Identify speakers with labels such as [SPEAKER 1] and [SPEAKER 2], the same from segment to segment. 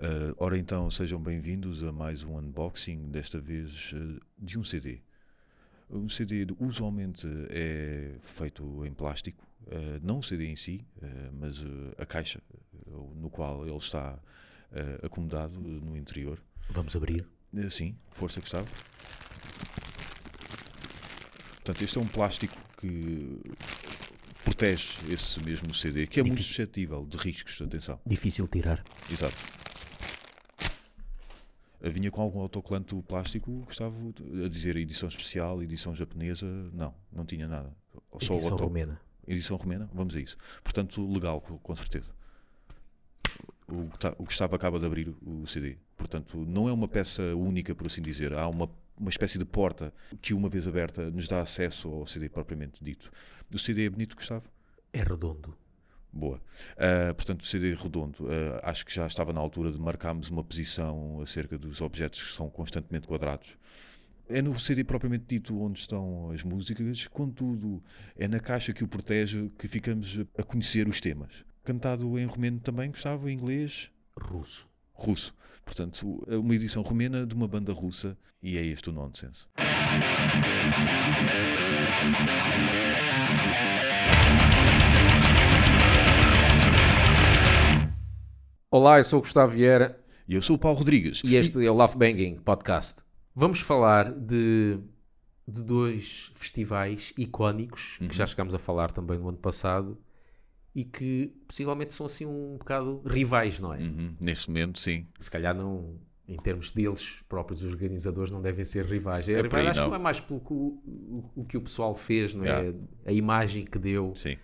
[SPEAKER 1] Uh, ora então, sejam bem-vindos a mais um unboxing, desta vez uh, de um CD. Um CD de- usualmente é feito em plástico, uh, não o CD em si, uh, mas uh, a caixa uh, no qual ele está uh, acomodado uh, no interior.
[SPEAKER 2] Vamos abrir.
[SPEAKER 1] Uh, Sim, força Gustavo. Portanto, este é um plástico que protege esse mesmo CD, que é muito
[SPEAKER 2] Difícil.
[SPEAKER 1] suscetível de riscos, atenção.
[SPEAKER 2] Difícil tirar.
[SPEAKER 1] Exato. Uh, Vinha com algum autocolante plástico, Gustavo, a dizer edição especial, edição japonesa, não, não tinha nada. Só o
[SPEAKER 2] Edição
[SPEAKER 1] auto-
[SPEAKER 2] romena.
[SPEAKER 1] Edição romena, vamos a isso. Portanto, legal, co- com certeza. O Guta- o Gustavo acaba de abrir o CD. Portanto, não é uma peça única, por assim dizer. Há uma, uma espécie de porta que, uma vez aberta, nos dá acesso ao CD propriamente dito. O CD é bonito, Gustavo?
[SPEAKER 2] É redondo.
[SPEAKER 1] Boa. Ah, portanto, o CD redondo. Ah, acho que já estava na altura de marcarmos uma posição acerca dos objetos que são constantemente quadrados. É no CD propriamente dito onde estão as músicas, contudo, é na caixa que o protege que ficamos a conhecer os temas. Cantado em romeno também, Gustavo, em inglês,
[SPEAKER 2] Russo.
[SPEAKER 1] russo. Portanto, é uma edição romena de uma banda russa, e é este o nonsense.
[SPEAKER 3] Olá, eu sou o Gustavo Vieira
[SPEAKER 1] E eu sou o Paulo Rodrigues.
[SPEAKER 3] e este é o Love Banging Podcast. Vamos falar de, de dois festivais icónicos
[SPEAKER 1] Uhum.
[SPEAKER 3] que já chegámos a falar também no ano passado e que possivelmente são assim um bocado rivais, não é?
[SPEAKER 1] Uhum, neste momento, sim.
[SPEAKER 3] Se calhar não, em termos deles próprios, os organizadores não devem ser rivais. É,
[SPEAKER 1] por
[SPEAKER 3] rivais
[SPEAKER 1] aí,
[SPEAKER 3] acho
[SPEAKER 1] não.
[SPEAKER 3] que é mais pelo que o, o- o que o pessoal fez, não é?
[SPEAKER 1] Yeah.
[SPEAKER 3] A imagem que deu
[SPEAKER 1] Sim.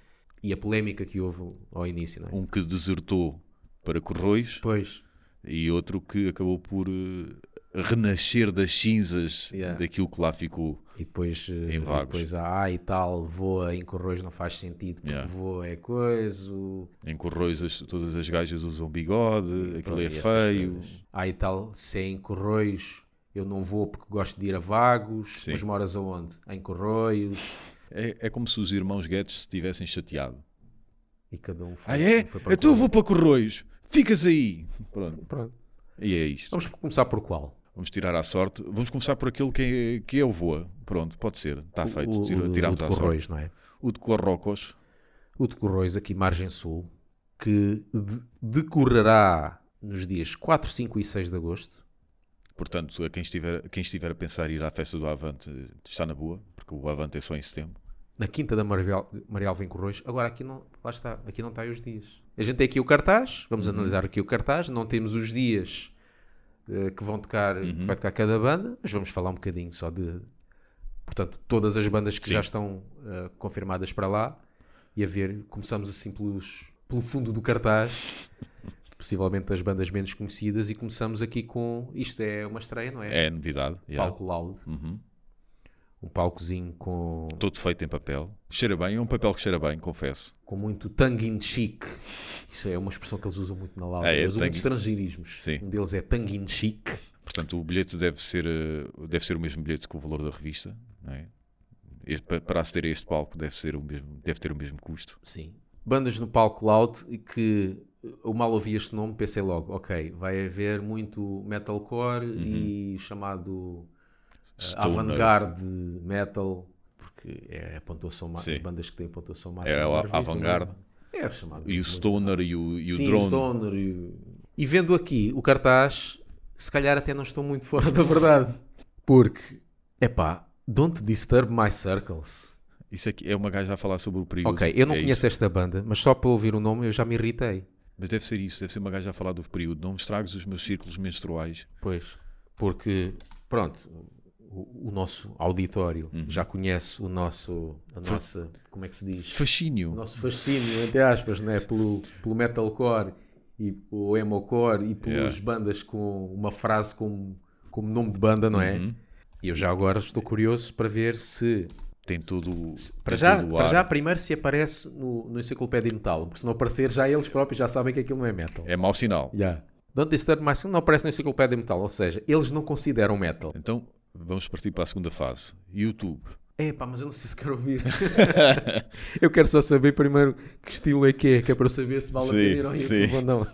[SPEAKER 3] e a polémica que houve ao início, não é?
[SPEAKER 1] Um que desertou para Corroios.
[SPEAKER 3] Pois,
[SPEAKER 1] e outro que acabou por eh, renascer das cinzas
[SPEAKER 3] Yeah.
[SPEAKER 1] daquilo que lá ficou.
[SPEAKER 3] E depois, eh,
[SPEAKER 1] Em vagos.
[SPEAKER 3] depois há ah, e tal, voa em Corroios não faz sentido, porque
[SPEAKER 1] Yeah.
[SPEAKER 3] voa é coisa, o-
[SPEAKER 1] Em Corroios as- todas as gajas usam bigode, aquilo
[SPEAKER 3] pronto,
[SPEAKER 1] é
[SPEAKER 3] e essas
[SPEAKER 1] feio.
[SPEAKER 3] coisas. Ah e tal, se é em Corroios eu não vou porque gosto de ir a Vagos,
[SPEAKER 1] Sim.
[SPEAKER 3] mas moras aonde? Em Corroios.
[SPEAKER 1] É, é como se os irmãos Guedes se tivessem chateado.
[SPEAKER 3] E cada um foi,
[SPEAKER 1] Ah é? Então
[SPEAKER 3] foi
[SPEAKER 1] eu
[SPEAKER 3] Corroios.
[SPEAKER 1] vou para Corroios, ficas aí. Pronto,
[SPEAKER 3] Pronto.
[SPEAKER 1] e é isto.
[SPEAKER 3] Vamos começar por qual?
[SPEAKER 1] Vamos tirar à sorte. Vamos começar por aquele que é, que é o voa. Pronto, pode ser, está Tá feito.
[SPEAKER 3] o,
[SPEAKER 1] Tira-
[SPEAKER 3] o, o
[SPEAKER 1] Tiramos
[SPEAKER 3] de
[SPEAKER 1] à sorte.
[SPEAKER 3] Corroios, não é?
[SPEAKER 1] O de Corrocos.
[SPEAKER 3] O de Corroios, aqui margem sul, que de- decorrerá nos dias 4, 5 e 6 de agosto.
[SPEAKER 1] Portanto, a quem estiver, quem estiver a pensar ir à festa do Avante está na boa, porque o Avante é só em setembro.
[SPEAKER 3] na Quinta da Marial- Maria Alvim Corroios. Agora aqui não, lá está, aqui não está aí os dias. A gente tem aqui o cartaz, vamos analisar aqui o cartaz, não temos os dias eh, que vão tocar, que vai tocar cada banda, mas vamos falar um bocadinho só de portanto, todas as bandas que já estão eh, confirmadas para lá e a ver, começamos assim pelos, pelo fundo do cartaz. Possivelmente as bandas menos conhecidas, e começamos aqui com. Isto é uma estreia, não é?
[SPEAKER 1] É novidade. yeah.
[SPEAKER 3] Palco Loud.
[SPEAKER 1] Uhum.
[SPEAKER 3] Um palcozinho com
[SPEAKER 1] todo feito em papel. Cheira bem, é um papel que cheira bem, confesso.
[SPEAKER 3] com muito tongue in cheek. Isso é uma expressão que eles usam muito na Laura.
[SPEAKER 1] Ah, é?
[SPEAKER 3] eles usam
[SPEAKER 1] Tongue-
[SPEAKER 3] muitos estrangeirismos.
[SPEAKER 1] Sim.
[SPEAKER 3] Um deles é tongue in cheek.
[SPEAKER 1] Portanto, o bilhete deve ser, eh, deve ser o mesmo bilhete que o valor da revista, não é? Este- pa- para aceder a este palco deve, ser o mesmo, deve ter o mesmo custo.
[SPEAKER 3] Sim. Bandas no palco loud e que eu mal ouvi este nome, pensei logo, ok, vai haver muito metalcore e chamado uh,
[SPEAKER 1] Uhum. Stoner.
[SPEAKER 3] avant-garde metal, porque é a pontuação ma-
[SPEAKER 1] Sim.
[SPEAKER 3] as bandas que têm a pontuação máxima.
[SPEAKER 1] É
[SPEAKER 3] na
[SPEAKER 1] a
[SPEAKER 3] revista,
[SPEAKER 1] avant-garde.
[SPEAKER 3] não é? É o chamado.
[SPEAKER 1] E o Stoner e o, e o
[SPEAKER 3] Sim,
[SPEAKER 1] Drone.
[SPEAKER 3] Stoner e o- E vendo aqui o cartaz, se calhar até não estou muito fora da verdade. Porque, epá, Don't Disturb My Circles.
[SPEAKER 1] Isso aqui é uma gaja a falar sobre o período.
[SPEAKER 3] Ok, eu não
[SPEAKER 1] É
[SPEAKER 3] conheço esta banda, mas só para ouvir o nome eu já me irritei.
[SPEAKER 1] isso. Mas deve ser isso, deve ser uma gaja a falar do período. Não me estragues os meus círculos menstruais.
[SPEAKER 3] Pois. Porque, pronto, o, o nosso auditório
[SPEAKER 1] Uhum.
[SPEAKER 3] já conhece o nosso, a nossa, como é que se diz? O
[SPEAKER 1] Fascínio.
[SPEAKER 3] nosso fascínio, entre aspas, né? pelo, pelo metalcore e o emocore e pelas
[SPEAKER 1] Yeah.
[SPEAKER 3] bandas com uma frase como, como nome de banda, não
[SPEAKER 1] Uhum.
[SPEAKER 3] é? E eu já agora estou curioso para ver se.
[SPEAKER 1] Tem todo, o-
[SPEAKER 3] Para
[SPEAKER 1] tem
[SPEAKER 3] já,
[SPEAKER 1] todo o
[SPEAKER 3] para
[SPEAKER 1] ar.
[SPEAKER 3] já, primeiro se aparece no, no Enciclopédia Metal, porque se não aparecer, já eles próprios já sabem que aquilo não é metal.
[SPEAKER 1] É mau sinal.
[SPEAKER 3] Yeah. Don't Disturb My Soul não aparece no Enciclopédia Metal, ou seja, eles não consideram metal.
[SPEAKER 1] Então, vamos partir para a segunda fase. YouTube.
[SPEAKER 3] É pá, mas eu não sei se quero ouvir. eu quero só saber primeiro que estilo é que é, que é para eu saber se vale
[SPEAKER 1] Sim,
[SPEAKER 3] a pena ir ao
[SPEAKER 1] sim.
[SPEAKER 3] YouTube ou não.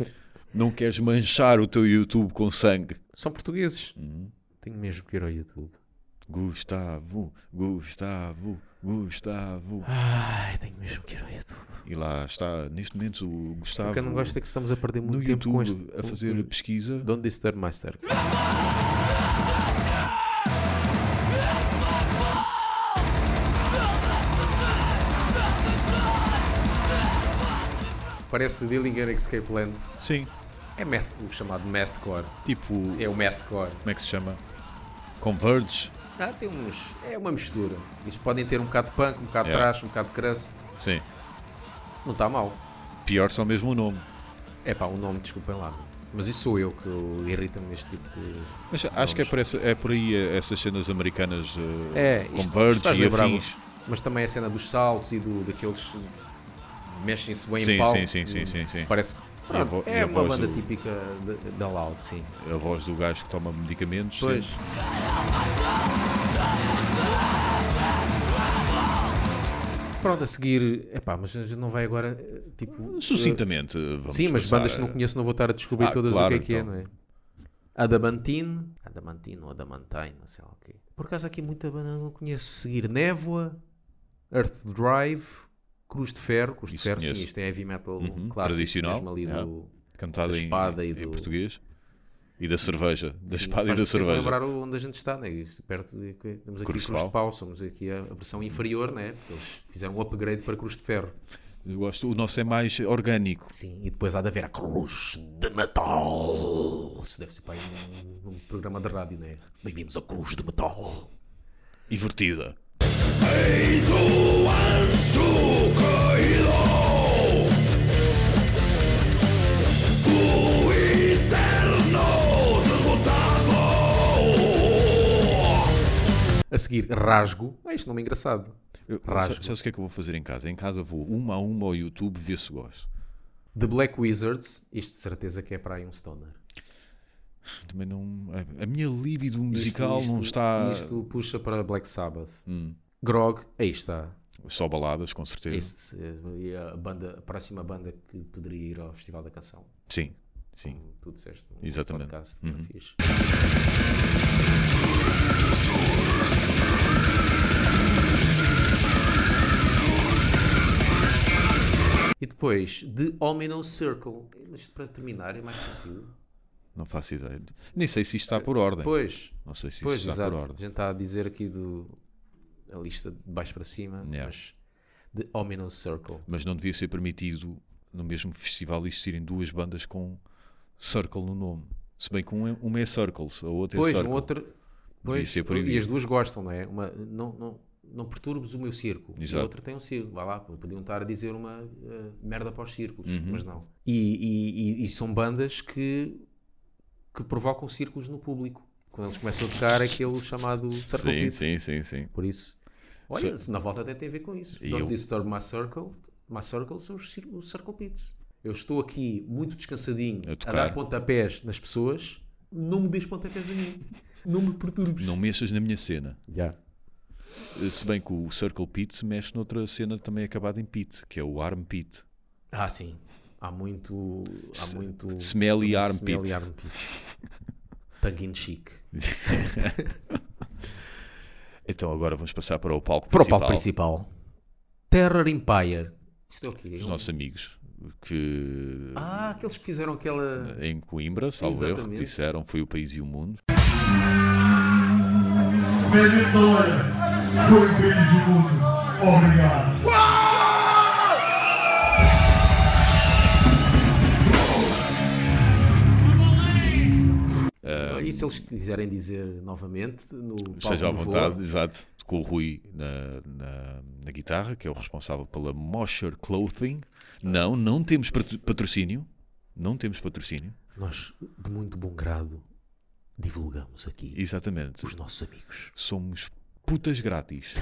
[SPEAKER 1] Não queres manchar o teu YouTube com sangue.
[SPEAKER 3] São portugueses. Uhum. Tenho mesmo que ir ao YouTube.
[SPEAKER 1] Gustavo, Gustavo, Gustavo.
[SPEAKER 3] Ai, tenho mesmo que ir ao YouTube.
[SPEAKER 1] E lá está, neste momento, o Gustavo
[SPEAKER 3] Porque eu não gosto é que estamos a perder muito
[SPEAKER 1] no
[SPEAKER 3] tempo
[SPEAKER 1] YouTube
[SPEAKER 3] com este.
[SPEAKER 1] a fazer pesquisa.
[SPEAKER 3] Don't disturb my star. Parece Dillinger Escape Plan.
[SPEAKER 1] Sim,
[SPEAKER 3] É math, o chamado Mathcore.
[SPEAKER 1] tipo,
[SPEAKER 3] É o Mathcore.
[SPEAKER 1] como é que se chama? Converge?
[SPEAKER 3] Ah, tem uns. É uma mistura. Isto podem ter um bocado de punk, um bocado de
[SPEAKER 1] Yeah.
[SPEAKER 3] trash, um bocado de crust.
[SPEAKER 1] Sim.
[SPEAKER 3] Não está mal.
[SPEAKER 1] Pior só mesmo o nome.
[SPEAKER 3] É pá, o nome, desculpem lá. Mas isso sou eu que eu irrita-me neste tipo de.
[SPEAKER 1] Mas acho que é por, essa- é por aí eh, essas cenas americanas
[SPEAKER 3] É,
[SPEAKER 1] eh,
[SPEAKER 3] isto-
[SPEAKER 1] Converge
[SPEAKER 3] estás
[SPEAKER 1] e
[SPEAKER 3] lembrado.
[SPEAKER 1] afins.
[SPEAKER 3] Mas também a cena dos saltos e do, daqueles. mexem-se bem
[SPEAKER 1] Sim,
[SPEAKER 3] em pau.
[SPEAKER 1] sim, sim, sim, sim, sim.
[SPEAKER 3] Parece que.
[SPEAKER 1] E a vo-
[SPEAKER 3] Pronto, é
[SPEAKER 1] e a
[SPEAKER 3] uma
[SPEAKER 1] voz
[SPEAKER 3] banda
[SPEAKER 1] do-
[SPEAKER 3] típica de- da Loud, sim.
[SPEAKER 1] A voz do gajo que toma medicamentos. sim.
[SPEAKER 3] Pois. Pronto, a seguir. Epá, mas a gente não vai agora. eh, Tipo, eh,
[SPEAKER 1] Sucintamente, eh, vamos
[SPEAKER 3] sim, mas
[SPEAKER 1] passar
[SPEAKER 3] bandas que não
[SPEAKER 1] a-
[SPEAKER 3] conheço não vou estar a descobrir
[SPEAKER 1] Ah,
[SPEAKER 3] todas
[SPEAKER 1] claro,
[SPEAKER 3] o que é que
[SPEAKER 1] então.
[SPEAKER 3] é, não é? Adamantine. Adamantine ou Adamantine, não sei lá o quê. Por acaso aqui muita banda não conheço. Seguir Névoa, Earth Drive, Cruz de Ferro. Cruz de
[SPEAKER 1] Isso
[SPEAKER 3] Ferro,
[SPEAKER 1] conheço.
[SPEAKER 3] sim, isto é heavy metal
[SPEAKER 1] Uhum,
[SPEAKER 3] clássico.
[SPEAKER 1] tradicional,
[SPEAKER 3] Mesmo ali
[SPEAKER 1] yeah.
[SPEAKER 3] do,
[SPEAKER 1] cantada
[SPEAKER 3] da
[SPEAKER 1] em,
[SPEAKER 3] espada e
[SPEAKER 1] em
[SPEAKER 3] do-
[SPEAKER 1] português e da cerveja, da
[SPEAKER 3] Sim,
[SPEAKER 1] espada e
[SPEAKER 3] faz-me
[SPEAKER 1] da
[SPEAKER 3] sempre
[SPEAKER 1] cerveja.
[SPEAKER 3] lembrar onde a gente está, né? Isto Perto de, que- temos aqui
[SPEAKER 1] Cruz
[SPEAKER 3] Cruz,
[SPEAKER 1] de
[SPEAKER 3] de Pau, somos aqui a a versão inferior, né? Porque eles fizeram um upgrade para Cruz de Ferro.
[SPEAKER 1] Eu gosto, o nosso é mais orgânico.
[SPEAKER 3] Sim, e depois há de haver a Cruz de Metal. Isso deve ser para aí um, um programa de rádio, né? Bem-vindos à Cruz de Metal.
[SPEAKER 1] e vertida.
[SPEAKER 3] A seguir, Rasgo. Ah, isto não é engraçado.
[SPEAKER 1] Eu-
[SPEAKER 3] Rasgo.
[SPEAKER 1] sa- Sabes o que é que eu vou fazer em casa? Em casa vou uma a uma ao YouTube ver se gosto.
[SPEAKER 3] The Black Wizards. Isto de certeza que é para aí um stoner.
[SPEAKER 1] Também não. A, a minha libido
[SPEAKER 3] Isto-
[SPEAKER 1] musical
[SPEAKER 3] isto-
[SPEAKER 1] não está. Hum.
[SPEAKER 3] Isto puxa para Black Sabbath. Grog, aí está.
[SPEAKER 1] Só baladas, com certeza.
[SPEAKER 3] Este, eh, e a, banda, a próxima banda que poderia ir ao Festival da Canção.
[SPEAKER 1] Sim, sim.
[SPEAKER 3] Como Tu disseste no
[SPEAKER 1] Exatamente.
[SPEAKER 3] podcast.
[SPEAKER 1] Uhum.
[SPEAKER 3] Fixe. E depois, The Omino Circle. Mas isto para terminar é mais conhecido.
[SPEAKER 1] Não faço ideia. Nem sei se isto está por ordem.
[SPEAKER 3] Pois,
[SPEAKER 1] Não sei se isto
[SPEAKER 3] pois,
[SPEAKER 1] está
[SPEAKER 3] exato.
[SPEAKER 1] por
[SPEAKER 3] A
[SPEAKER 1] ordem.
[SPEAKER 3] gente está a dizer aqui do, a lista de baixo para cima,
[SPEAKER 1] Yeah.
[SPEAKER 3] mas The Omino Circle.
[SPEAKER 1] Mas não devia ser permitido no mesmo festival existirem duas bandas com Circle no nome. Se bem que um é- uma é Circles, a outra é
[SPEAKER 3] Pois,
[SPEAKER 1] Circle.
[SPEAKER 3] um outro. Pois,
[SPEAKER 1] ser proibido.
[SPEAKER 3] e as duas gostam, não é? Uma, não, não, não perturbes o meu círculo. E
[SPEAKER 1] Exato.
[SPEAKER 3] a outra tem um círculo. Vá lá, pô, podiam estar a dizer uma eh, merda para os círculos,
[SPEAKER 1] Uhum.
[SPEAKER 3] mas não. E, e- e- e são bandas que, que provocam círculos no público. Quando eles começam a tocar aquele chamado circle
[SPEAKER 1] Sim,
[SPEAKER 3] pit.
[SPEAKER 1] sim, sim, sim.
[SPEAKER 3] Por isso, olha, se na volta até tem a ver com isso.
[SPEAKER 1] E
[SPEAKER 3] Don't
[SPEAKER 1] eu-
[SPEAKER 3] disturb my circle. My circle são os, cir- os circle pits. Eu estou aqui muito descansadinho
[SPEAKER 1] A
[SPEAKER 3] a,
[SPEAKER 1] tocar.
[SPEAKER 3] dar pontapés nas pessoas. Não me des pontapés a mim. Não me perturbes.
[SPEAKER 1] Não mexas na minha cena.
[SPEAKER 3] Já.
[SPEAKER 1] Se bem que o Circle Pit se mexe noutra cena também acabada em Pit, que é o Arm Pit.
[SPEAKER 3] Ah, sim. Há muito. Há muito.
[SPEAKER 1] Smelly Arm
[SPEAKER 3] smell
[SPEAKER 1] Pit.
[SPEAKER 3] e armpit. Tongue in cheek.
[SPEAKER 1] Então agora vamos passar para o palco
[SPEAKER 3] Para o
[SPEAKER 1] principal.
[SPEAKER 3] palco principal. Terror Empire. Isto é o quê?
[SPEAKER 1] Os nossos amigos que eh,
[SPEAKER 3] Ah, aqueles que fizeram aquela.
[SPEAKER 1] em Coimbra, salvo erro,
[SPEAKER 3] Exatamente.
[SPEAKER 1] disseram foi o país e o mundo.
[SPEAKER 4] Mesmo não era. Foi o país do mundo. Obrigado.
[SPEAKER 3] E se eles quiserem dizer novamente, no palco
[SPEAKER 1] Esteja eh, à
[SPEAKER 3] do voo,
[SPEAKER 1] vontade, exato. Com o Rui na, na- na guitarra, que é o responsável pela Mosher Clothing. Não, não temos patro- patrocínio. Não temos patrocínio.
[SPEAKER 2] Nós, de muito bom grado, divulgamos aqui
[SPEAKER 1] Exatamente.
[SPEAKER 2] os nossos amigos.
[SPEAKER 1] somos putas grátis.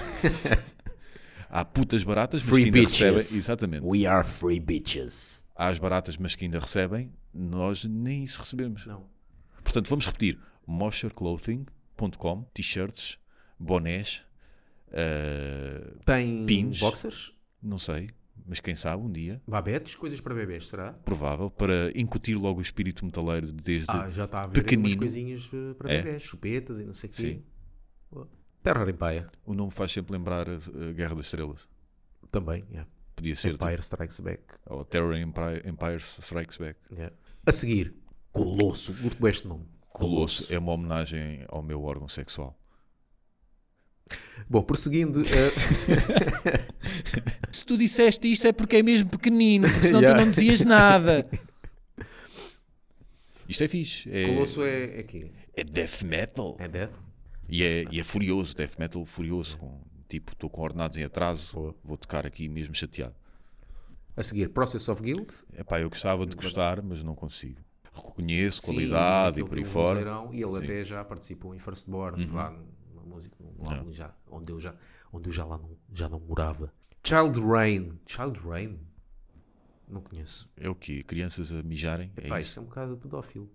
[SPEAKER 1] Há putas baratas, mas que
[SPEAKER 2] Free
[SPEAKER 1] ainda
[SPEAKER 2] bitches.
[SPEAKER 1] recebem. Exatamente.
[SPEAKER 2] We are free bitches.
[SPEAKER 1] Há as baratas, mas que ainda recebem. Nós nem isso recebemos.
[SPEAKER 3] Não.
[SPEAKER 1] Portanto, vamos repetir: mosherclothing.com, t-shirts, bonés, eh,
[SPEAKER 3] Tem
[SPEAKER 1] Pins.
[SPEAKER 3] boxers?
[SPEAKER 1] não sei, mas quem sabe um dia,
[SPEAKER 3] Babetes, coisas para bebês, será?
[SPEAKER 1] provável, para incutir logo o espírito metaleiro desde.
[SPEAKER 3] Ah, já está a ver umas
[SPEAKER 1] pequenino.
[SPEAKER 3] coisinhas eh, para
[SPEAKER 1] É.
[SPEAKER 3] bebês, chupetas e não sei o quê.
[SPEAKER 1] Sim.
[SPEAKER 3] Boa. Terror Empire,
[SPEAKER 1] O nome faz sempre lembrar a, a Guerra das Estrelas.
[SPEAKER 3] também. yeah.
[SPEAKER 1] Podia ser. tipo,
[SPEAKER 3] Empire Strikes Back.
[SPEAKER 1] Ou Terror Empire, Empire Strikes Back.
[SPEAKER 3] yeah. A seguir, Colosso. Curto bem este nome.
[SPEAKER 1] Colosso é uma homenagem ao meu órgão sexual.
[SPEAKER 3] Bom, prosseguindo, eh,
[SPEAKER 1] Se tu disseste isto é porque é mesmo pequenino, porque
[SPEAKER 3] senão tu Yeah. não
[SPEAKER 1] dizias nada. Isto é fixe. É,
[SPEAKER 3] Colosso é, é quê?
[SPEAKER 1] é death metal.
[SPEAKER 3] É Death?
[SPEAKER 1] E, é, e é furioso, death metal furioso. Com, tipo, estou com ordenados em atraso,
[SPEAKER 3] Boa.
[SPEAKER 1] vou tocar aqui mesmo chateado.
[SPEAKER 3] A seguir, Process of Guild.
[SPEAKER 1] Epá, eu gostava de gostar, mas não consigo. Reconheço
[SPEAKER 3] Sim,
[SPEAKER 1] qualidade
[SPEAKER 3] mas
[SPEAKER 1] e por aí
[SPEAKER 3] aquele tem um
[SPEAKER 1] fora.
[SPEAKER 3] vozeirão, e ele
[SPEAKER 1] Sim. Uhum.
[SPEAKER 3] até já participou em Firstborn, lá numa música, num álbum já, onde eu já, onde eu já lá não, já não morava. Child Rain. Child Rain? Não conheço.
[SPEAKER 1] É o quê? Crianças a mijarem? É
[SPEAKER 3] Pá,
[SPEAKER 1] isso?
[SPEAKER 3] isto é um bocado pedófilo.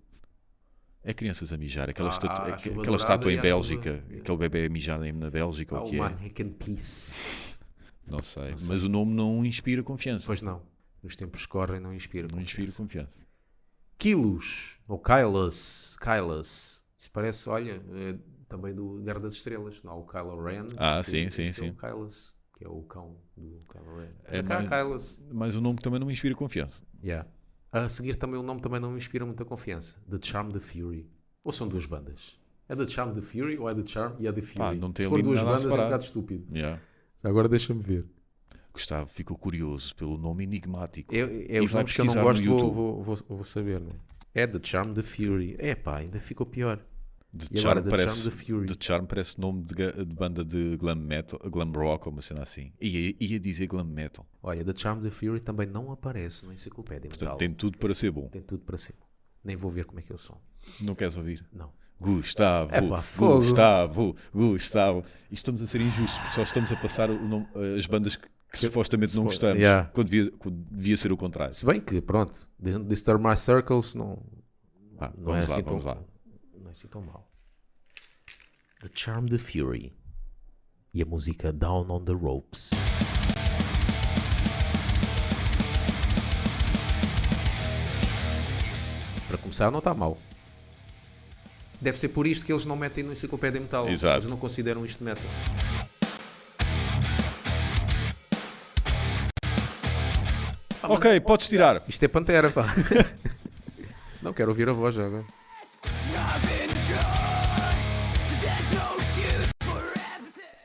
[SPEAKER 1] É crianças a mijar. Aquela,
[SPEAKER 3] Ah,
[SPEAKER 1] estatu-
[SPEAKER 3] a
[SPEAKER 1] aqu-
[SPEAKER 3] chuva
[SPEAKER 1] aquela
[SPEAKER 3] dourada
[SPEAKER 1] estátua
[SPEAKER 3] e
[SPEAKER 1] em
[SPEAKER 3] a
[SPEAKER 1] Bélgica.
[SPEAKER 3] chuva-
[SPEAKER 1] Aquele bebê a mijar na- na Bélgica,
[SPEAKER 3] oh,
[SPEAKER 1] o que é?
[SPEAKER 3] man, I can peace.
[SPEAKER 1] Não sei. Mas o nome não inspira confiança.
[SPEAKER 3] Pois não. Nos tempos que correm não inspira.
[SPEAKER 1] Não inspira confiança.
[SPEAKER 3] Kilos. Ou Kylos. Kylos. Isso parece, olha, é também do Guerra das Estrelas. Não, há o Kylo Ren.
[SPEAKER 1] Ah,
[SPEAKER 3] que
[SPEAKER 1] sim, sim,
[SPEAKER 3] este é
[SPEAKER 1] sim.
[SPEAKER 3] o Kylos, que é o cão do Kylo Ren.
[SPEAKER 1] É
[SPEAKER 3] É cá,
[SPEAKER 1] mais-
[SPEAKER 3] Kylos.
[SPEAKER 1] Mas o nome também não me inspira confiança.
[SPEAKER 3] Yeah. A seguir também o nome também não me inspira muita confiança. The Charm the Fury. Ou são duas bandas? É The Charm the Fury ou é The Charm e é The Fury?
[SPEAKER 1] Pá, não tem
[SPEAKER 3] Se for
[SPEAKER 1] ali
[SPEAKER 3] duas
[SPEAKER 1] nada a
[SPEAKER 3] bandas é um
[SPEAKER 1] separar.
[SPEAKER 3] bocado estúpido.
[SPEAKER 1] Yeah.
[SPEAKER 3] Agora deixa-me ver.
[SPEAKER 1] Gustavo ficou curioso pelo nome enigmático.
[SPEAKER 3] É, é
[SPEAKER 1] E
[SPEAKER 3] os
[SPEAKER 1] vai
[SPEAKER 3] nomes que eu não
[SPEAKER 1] pesquisar no
[SPEAKER 3] gosto, vou,
[SPEAKER 1] YouTube.
[SPEAKER 3] vou, vou, vou saber, né? É The Charm the Fury. É pá, ainda ficou pior.
[SPEAKER 1] The
[SPEAKER 3] E
[SPEAKER 1] Charm
[SPEAKER 3] agora The
[SPEAKER 1] parece,
[SPEAKER 3] Charm the Fury.
[SPEAKER 1] The Charm parece nome de, ga- de banda de glam metal, glam rock ou uma cena assim. Ia, ia dizer glam metal.
[SPEAKER 3] Olha, The Charm the Fury também não aparece na enciclopédia
[SPEAKER 1] Portanto,
[SPEAKER 3] metal.
[SPEAKER 1] tem
[SPEAKER 3] Tem...
[SPEAKER 1] tudo para ser bom.
[SPEAKER 3] tudo para cima. Nem vou ver como é que é o som.
[SPEAKER 1] Não queres ouvir?
[SPEAKER 3] Não.
[SPEAKER 1] Gustavo,
[SPEAKER 3] Epá, fogo.
[SPEAKER 1] Gustavo, Gustavo. E estamos a ser injustos porque só estamos a passar o nome- as bandas que, que supostamente não gostamos.
[SPEAKER 3] Yeah.
[SPEAKER 1] Quando, devia, quando devia ser o contrário.
[SPEAKER 3] Se bem que, pronto, Dis- Disturb My Circles não,
[SPEAKER 1] Vá,
[SPEAKER 3] Não
[SPEAKER 1] vamos
[SPEAKER 3] é
[SPEAKER 1] lá,
[SPEAKER 3] assim
[SPEAKER 1] vamos
[SPEAKER 3] tão,
[SPEAKER 1] lá.
[SPEAKER 3] Não é assim tão mal. The Charm the Fury. E a música Down on the Ropes. Para começar, não está mal. Deve ser por isto que eles não metem no enciclopédia metal.
[SPEAKER 1] Exato.
[SPEAKER 3] Eles não consideram isto metal.
[SPEAKER 1] Ok, podes tirar.
[SPEAKER 3] Isto é Pantera, pá. não quero ouvir a voz já agora.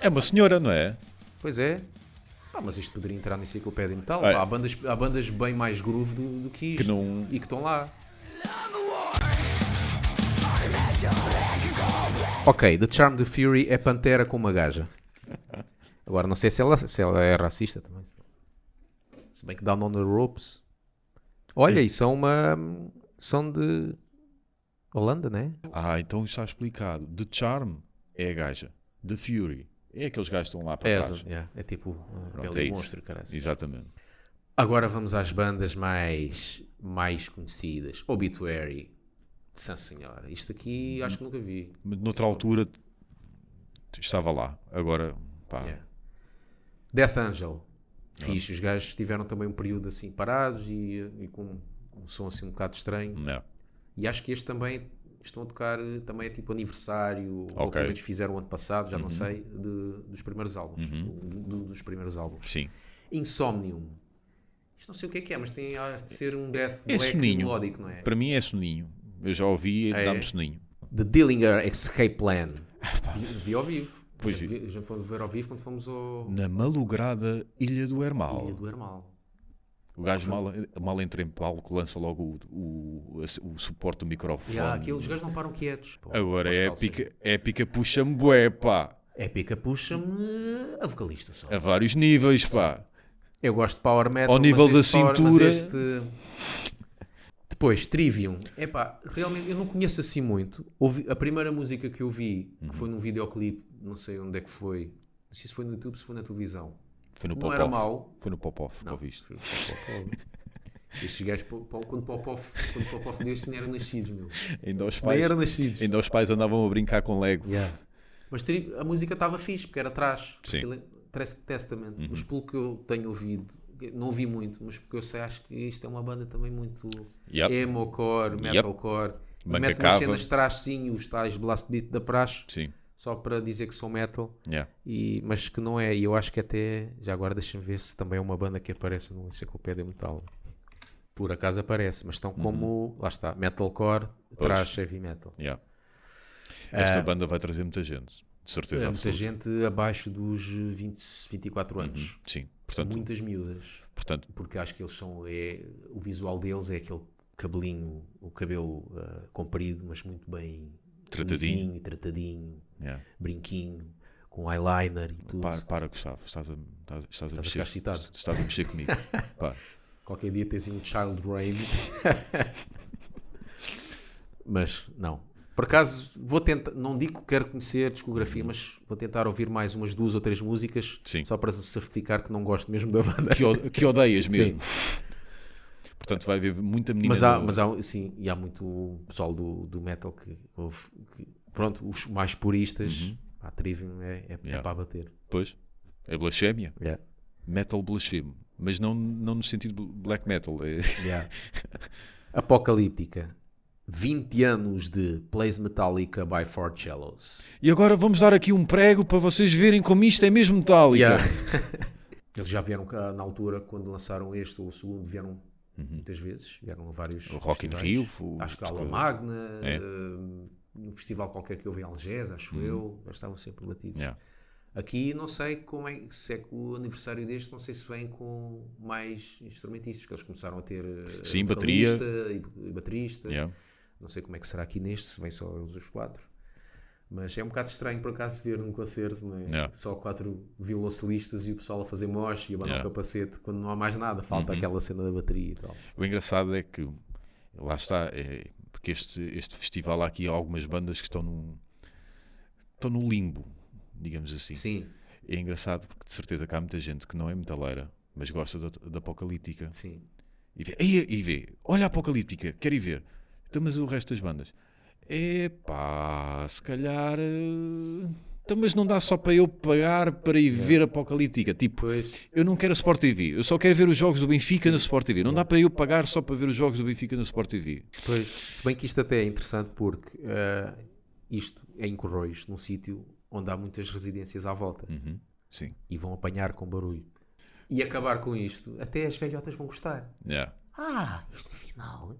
[SPEAKER 1] É uma senhora, não é?
[SPEAKER 3] Pois é. Pá, mas isto poderia entrar na enciclopédia de metal.
[SPEAKER 1] É.
[SPEAKER 3] Pá, há, bandas, há bandas bem mais groove do, do que isto.
[SPEAKER 1] Que não-
[SPEAKER 3] E que estão lá. Ok, The Charm the Fury é pantera com uma gaja. Agora não sei se ela, se ela é racista também. Se bem que Down on the Ropes. Olha, e são uma. São de. Holanda, né?
[SPEAKER 1] Ah, então está explicado. The Charm é a gaja. The Fury é aqueles gajos que estão lá para
[SPEAKER 3] É,
[SPEAKER 1] trás.
[SPEAKER 3] yeah, é tipo. Uh,
[SPEAKER 1] Pronto,
[SPEAKER 3] Belo
[SPEAKER 1] é
[SPEAKER 3] e
[SPEAKER 1] isso.
[SPEAKER 3] monstro, caralho.
[SPEAKER 1] Exatamente.
[SPEAKER 3] Agora vamos às bandas mais, mais conhecidas. Obituary. Sim, senhora. Isto aqui acho que nunca vi.
[SPEAKER 1] Mas noutra altura t- estava lá. Agora, pá.
[SPEAKER 3] Yeah. Death Angel. Fixe. Os gajos tiveram também um período assim parados e, e com um som assim um bocado estranho.
[SPEAKER 1] Não.
[SPEAKER 3] E acho que este também estão a tocar, eh, também é tipo aniversário, ou
[SPEAKER 1] Ok.
[SPEAKER 3] pelo menos fizeram ano passado, já não sei, de- dos primeiros álbuns. Do- do- dos primeiros álbuns.
[SPEAKER 1] Sim.
[SPEAKER 3] Insomnium. Isto não sei o que é que é, mas tem a arte de ser um death
[SPEAKER 1] É
[SPEAKER 3] black
[SPEAKER 1] soninho.
[SPEAKER 3] melódico, não é?
[SPEAKER 1] Para mim é soninho. Eu já ouvi e
[SPEAKER 3] É?
[SPEAKER 1] dá-me soninho.
[SPEAKER 3] The Dillinger Escape Plan. Vi, vi ao vivo.
[SPEAKER 1] Pois
[SPEAKER 3] já, vi- já fomos ver ao vivo quando fomos ao
[SPEAKER 1] Na malograda Ilha do Hermal.
[SPEAKER 3] Ilha do Hermal.
[SPEAKER 1] O gajo mal, mal entra em palco, lança logo o, o, o suporte do microfone.
[SPEAKER 3] E há aqueles gajos não param quietos. Pô,
[SPEAKER 1] Agora
[SPEAKER 3] pós
[SPEAKER 1] é
[SPEAKER 3] calças.
[SPEAKER 1] épica, épica puxa-me bué, pá.
[SPEAKER 3] Épica É puxa-me a vocalista só.
[SPEAKER 1] A vários níveis, pá.
[SPEAKER 3] Eu gosto de Power Metal.
[SPEAKER 1] É. Ao nível
[SPEAKER 3] mas
[SPEAKER 1] da
[SPEAKER 3] este power- mas
[SPEAKER 1] cintura.
[SPEAKER 3] este- Depois, Trivium. Epá, realmente eu não conheço assim muito. Ouvi- a primeira música que eu vi,
[SPEAKER 1] Uhum.
[SPEAKER 3] que foi num videoclipe, não sei onde é que foi. Não sei se foi no YouTube, se foi na televisão.
[SPEAKER 1] Foi no
[SPEAKER 3] Não
[SPEAKER 1] pop-off.
[SPEAKER 3] era mau.
[SPEAKER 1] Foi no pop-off que
[SPEAKER 3] Não,
[SPEAKER 1] ouviste.
[SPEAKER 3] foi o Popov. Estes gajos, po- po- quando Popov, quando Popov deu isto, nem eram nascidos, meu.
[SPEAKER 1] Ainda os
[SPEAKER 3] Nem
[SPEAKER 1] pais,
[SPEAKER 3] eram nascidos.
[SPEAKER 1] ainda os pais andavam a brincar com Lego.
[SPEAKER 3] Mas tri- a música estava fixe, porque era atrás.
[SPEAKER 1] Sim. Uhum.
[SPEAKER 3] Testament. Mas pelo que eu tenho ouvido não vi muito, mas porque eu sei, acho que isto é uma banda também muito
[SPEAKER 1] Yep.
[SPEAKER 3] emo core, metalcore.
[SPEAKER 1] Banca
[SPEAKER 3] Mete umas
[SPEAKER 1] cava.
[SPEAKER 3] cenas tracinho, os tais blast beat da praxe,
[SPEAKER 1] Sim.
[SPEAKER 3] só para dizer que são metal,
[SPEAKER 1] Yeah.
[SPEAKER 3] e, mas que não é. E eu acho que até, já agora deixa-me ver se também é uma banda que aparece no Enciclopédia Metal. Por acaso aparece, mas estão
[SPEAKER 1] Uhum.
[SPEAKER 3] como, lá está, metalcore, traz heavy metal.
[SPEAKER 1] Yeah. Esta banda vai trazer muita gente, de certeza.
[SPEAKER 3] Há Ah. É, muita
[SPEAKER 1] absoluta. Hum,
[SPEAKER 3] gente abaixo dos 20, 24 anos.
[SPEAKER 1] Sim, Uhum. portanto,
[SPEAKER 3] Muitas miúdas.
[SPEAKER 1] portanto
[SPEAKER 3] Porque acho que eles são. É, o visual deles é aquele cabelinho, o cabelo ah, comprido, mas muito bem.
[SPEAKER 1] Tratadinho.
[SPEAKER 3] lisinho, tratadinho,
[SPEAKER 1] yeah.
[SPEAKER 3] brinquinho, com eyeliner e tudo.
[SPEAKER 1] para, para, Gustavo, estás a, estás, estás a
[SPEAKER 3] a
[SPEAKER 1] mexer.
[SPEAKER 3] ficar excitado.
[SPEAKER 1] Estás a mexer comigo. Pá.
[SPEAKER 3] Qualquer dia tens aí um Child Rain. mas não. Por acaso, vou tentar. Não digo que quero conhecer a discografia, mas vou tentar ouvir mais umas duas ou três músicas.
[SPEAKER 1] Sim.
[SPEAKER 3] Só para certificar que não gosto mesmo da banda.
[SPEAKER 1] Que, o- que odeias mesmo. Portanto, vai haver muita menina.
[SPEAKER 3] Mas há,
[SPEAKER 1] no-
[SPEAKER 3] mas há, sim, e há muito pessoal do, do metal que ouve. que- pronto, os mais puristas, a Trivium é, é, é
[SPEAKER 1] Uhum. Yeah.
[SPEAKER 3] para bater.
[SPEAKER 1] Pois. É blasfémia.
[SPEAKER 3] Yeah.
[SPEAKER 1] Metal blasfemo. Mas não, não no sentido bl- black metal. É...
[SPEAKER 3] Apocalíptica. 20 anos de Plays Metallica by Four Cellos.
[SPEAKER 1] E agora vamos dar aqui um prego para vocês verem como isto é mesmo metálica.
[SPEAKER 3] Yeah. Eles já vieram cá na altura, quando lançaram este ou o segundo, vieram muitas vezes, vieram a vários.
[SPEAKER 1] Uhum. O Rock in
[SPEAKER 3] festivais.
[SPEAKER 1] Rio, o-
[SPEAKER 3] Acho que a Ala
[SPEAKER 1] tocou-
[SPEAKER 3] Magna,
[SPEAKER 1] É. Uhum.
[SPEAKER 3] eh, um festival qualquer que houve em Algés, acho eu, eles estavam sempre batidos.
[SPEAKER 1] Yeah.
[SPEAKER 3] Aqui não sei como é, se é que o aniversário deste, não sei se vem com mais instrumentistas, que eles começaram a ter eh,
[SPEAKER 1] Sim,
[SPEAKER 3] vocalista e, e baterista.
[SPEAKER 1] Yeah.
[SPEAKER 3] Não sei como é que será aqui neste, se vem só eles os quatro. Mas é um bocado estranho por acaso ver num concerto, não é?
[SPEAKER 1] Yeah.
[SPEAKER 3] Só quatro violoncelistas e o pessoal a fazer mosh e a
[SPEAKER 1] Yeah.
[SPEAKER 3] o capacete quando não há mais nada, falta aquela cena da bateria e tal.
[SPEAKER 1] O engraçado é que lá está, é, porque este, este festival há aqui algumas bandas que estão num, estão no limbo, digamos assim.
[SPEAKER 3] Sim,
[SPEAKER 1] É engraçado porque de certeza que há muita gente que não é metaleira, mas gosta da, da apocalíptica.
[SPEAKER 3] sim.
[SPEAKER 1] E vê, "Ei, e vê, olha a apocalíptica, quero ir ver. Então, mas o resto das bandas? Epá, se calhar. eh, Então, mas não dá só para eu pagar para ir ver a apocalíptica. Tipo,
[SPEAKER 3] Pois,
[SPEAKER 1] eu não quero a Sport TV, eu só quero ver os jogos do Benfica na Sport TV. Não dá para eu pagar só para ver os jogos do Benfica na Sport TV.
[SPEAKER 3] pois. Se bem que isto até é interessante porque ah, isto é em Corroios, num sítio onde há muitas residências à volta
[SPEAKER 1] Sim.
[SPEAKER 3] e vão apanhar com barulho. E acabar com isto, até as velhotas vão gostar.
[SPEAKER 1] Yeah.
[SPEAKER 5] Ah, isto afinal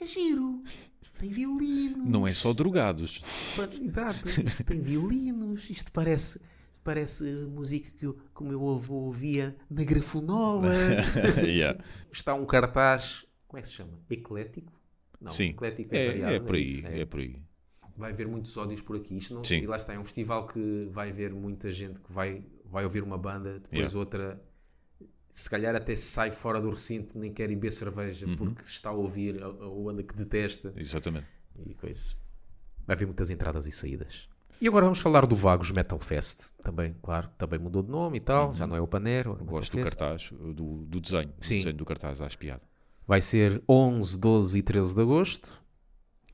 [SPEAKER 5] é giro. Isto tem violino.
[SPEAKER 1] Não é só drogados.
[SPEAKER 5] Isto pode-
[SPEAKER 3] Exato, isto tem violinos, isto parece, parece música que, eu- que o meu avô ouvia na grafonola.
[SPEAKER 1] Yeah.
[SPEAKER 3] Está um cartaz, como é que se chama? Eclético? Não,
[SPEAKER 1] Sim.
[SPEAKER 3] eclético é,
[SPEAKER 1] É,
[SPEAKER 3] variado,
[SPEAKER 1] é por aí,
[SPEAKER 3] isso?
[SPEAKER 1] é por aí.
[SPEAKER 3] Vai haver muitos ódios por aqui. Isto não,
[SPEAKER 1] Sim.
[SPEAKER 3] e lá está, é um festival que vai haver muita gente que vai, vai ouvir uma banda, depois
[SPEAKER 1] Yeah.
[SPEAKER 3] outra. Se calhar até sai fora do recinto, nem quer ir beber cerveja
[SPEAKER 1] Uhum.
[SPEAKER 3] porque está a ouvir a, a banda que detesta.
[SPEAKER 1] Exatamente.
[SPEAKER 3] e coisa. Vai haver muitas entradas e saídas. E agora vamos falar do Vagos Metal Fest. Também, claro, também mudou de nome e tal. Já não é o Panero. é o
[SPEAKER 1] Gosto do
[SPEAKER 3] Metal Fest.
[SPEAKER 1] cartaz, do, do desenho.
[SPEAKER 3] Sim.
[SPEAKER 1] Do desenho do cartaz, acho piada.
[SPEAKER 3] Vai ser 11, 12 e 13 de agosto.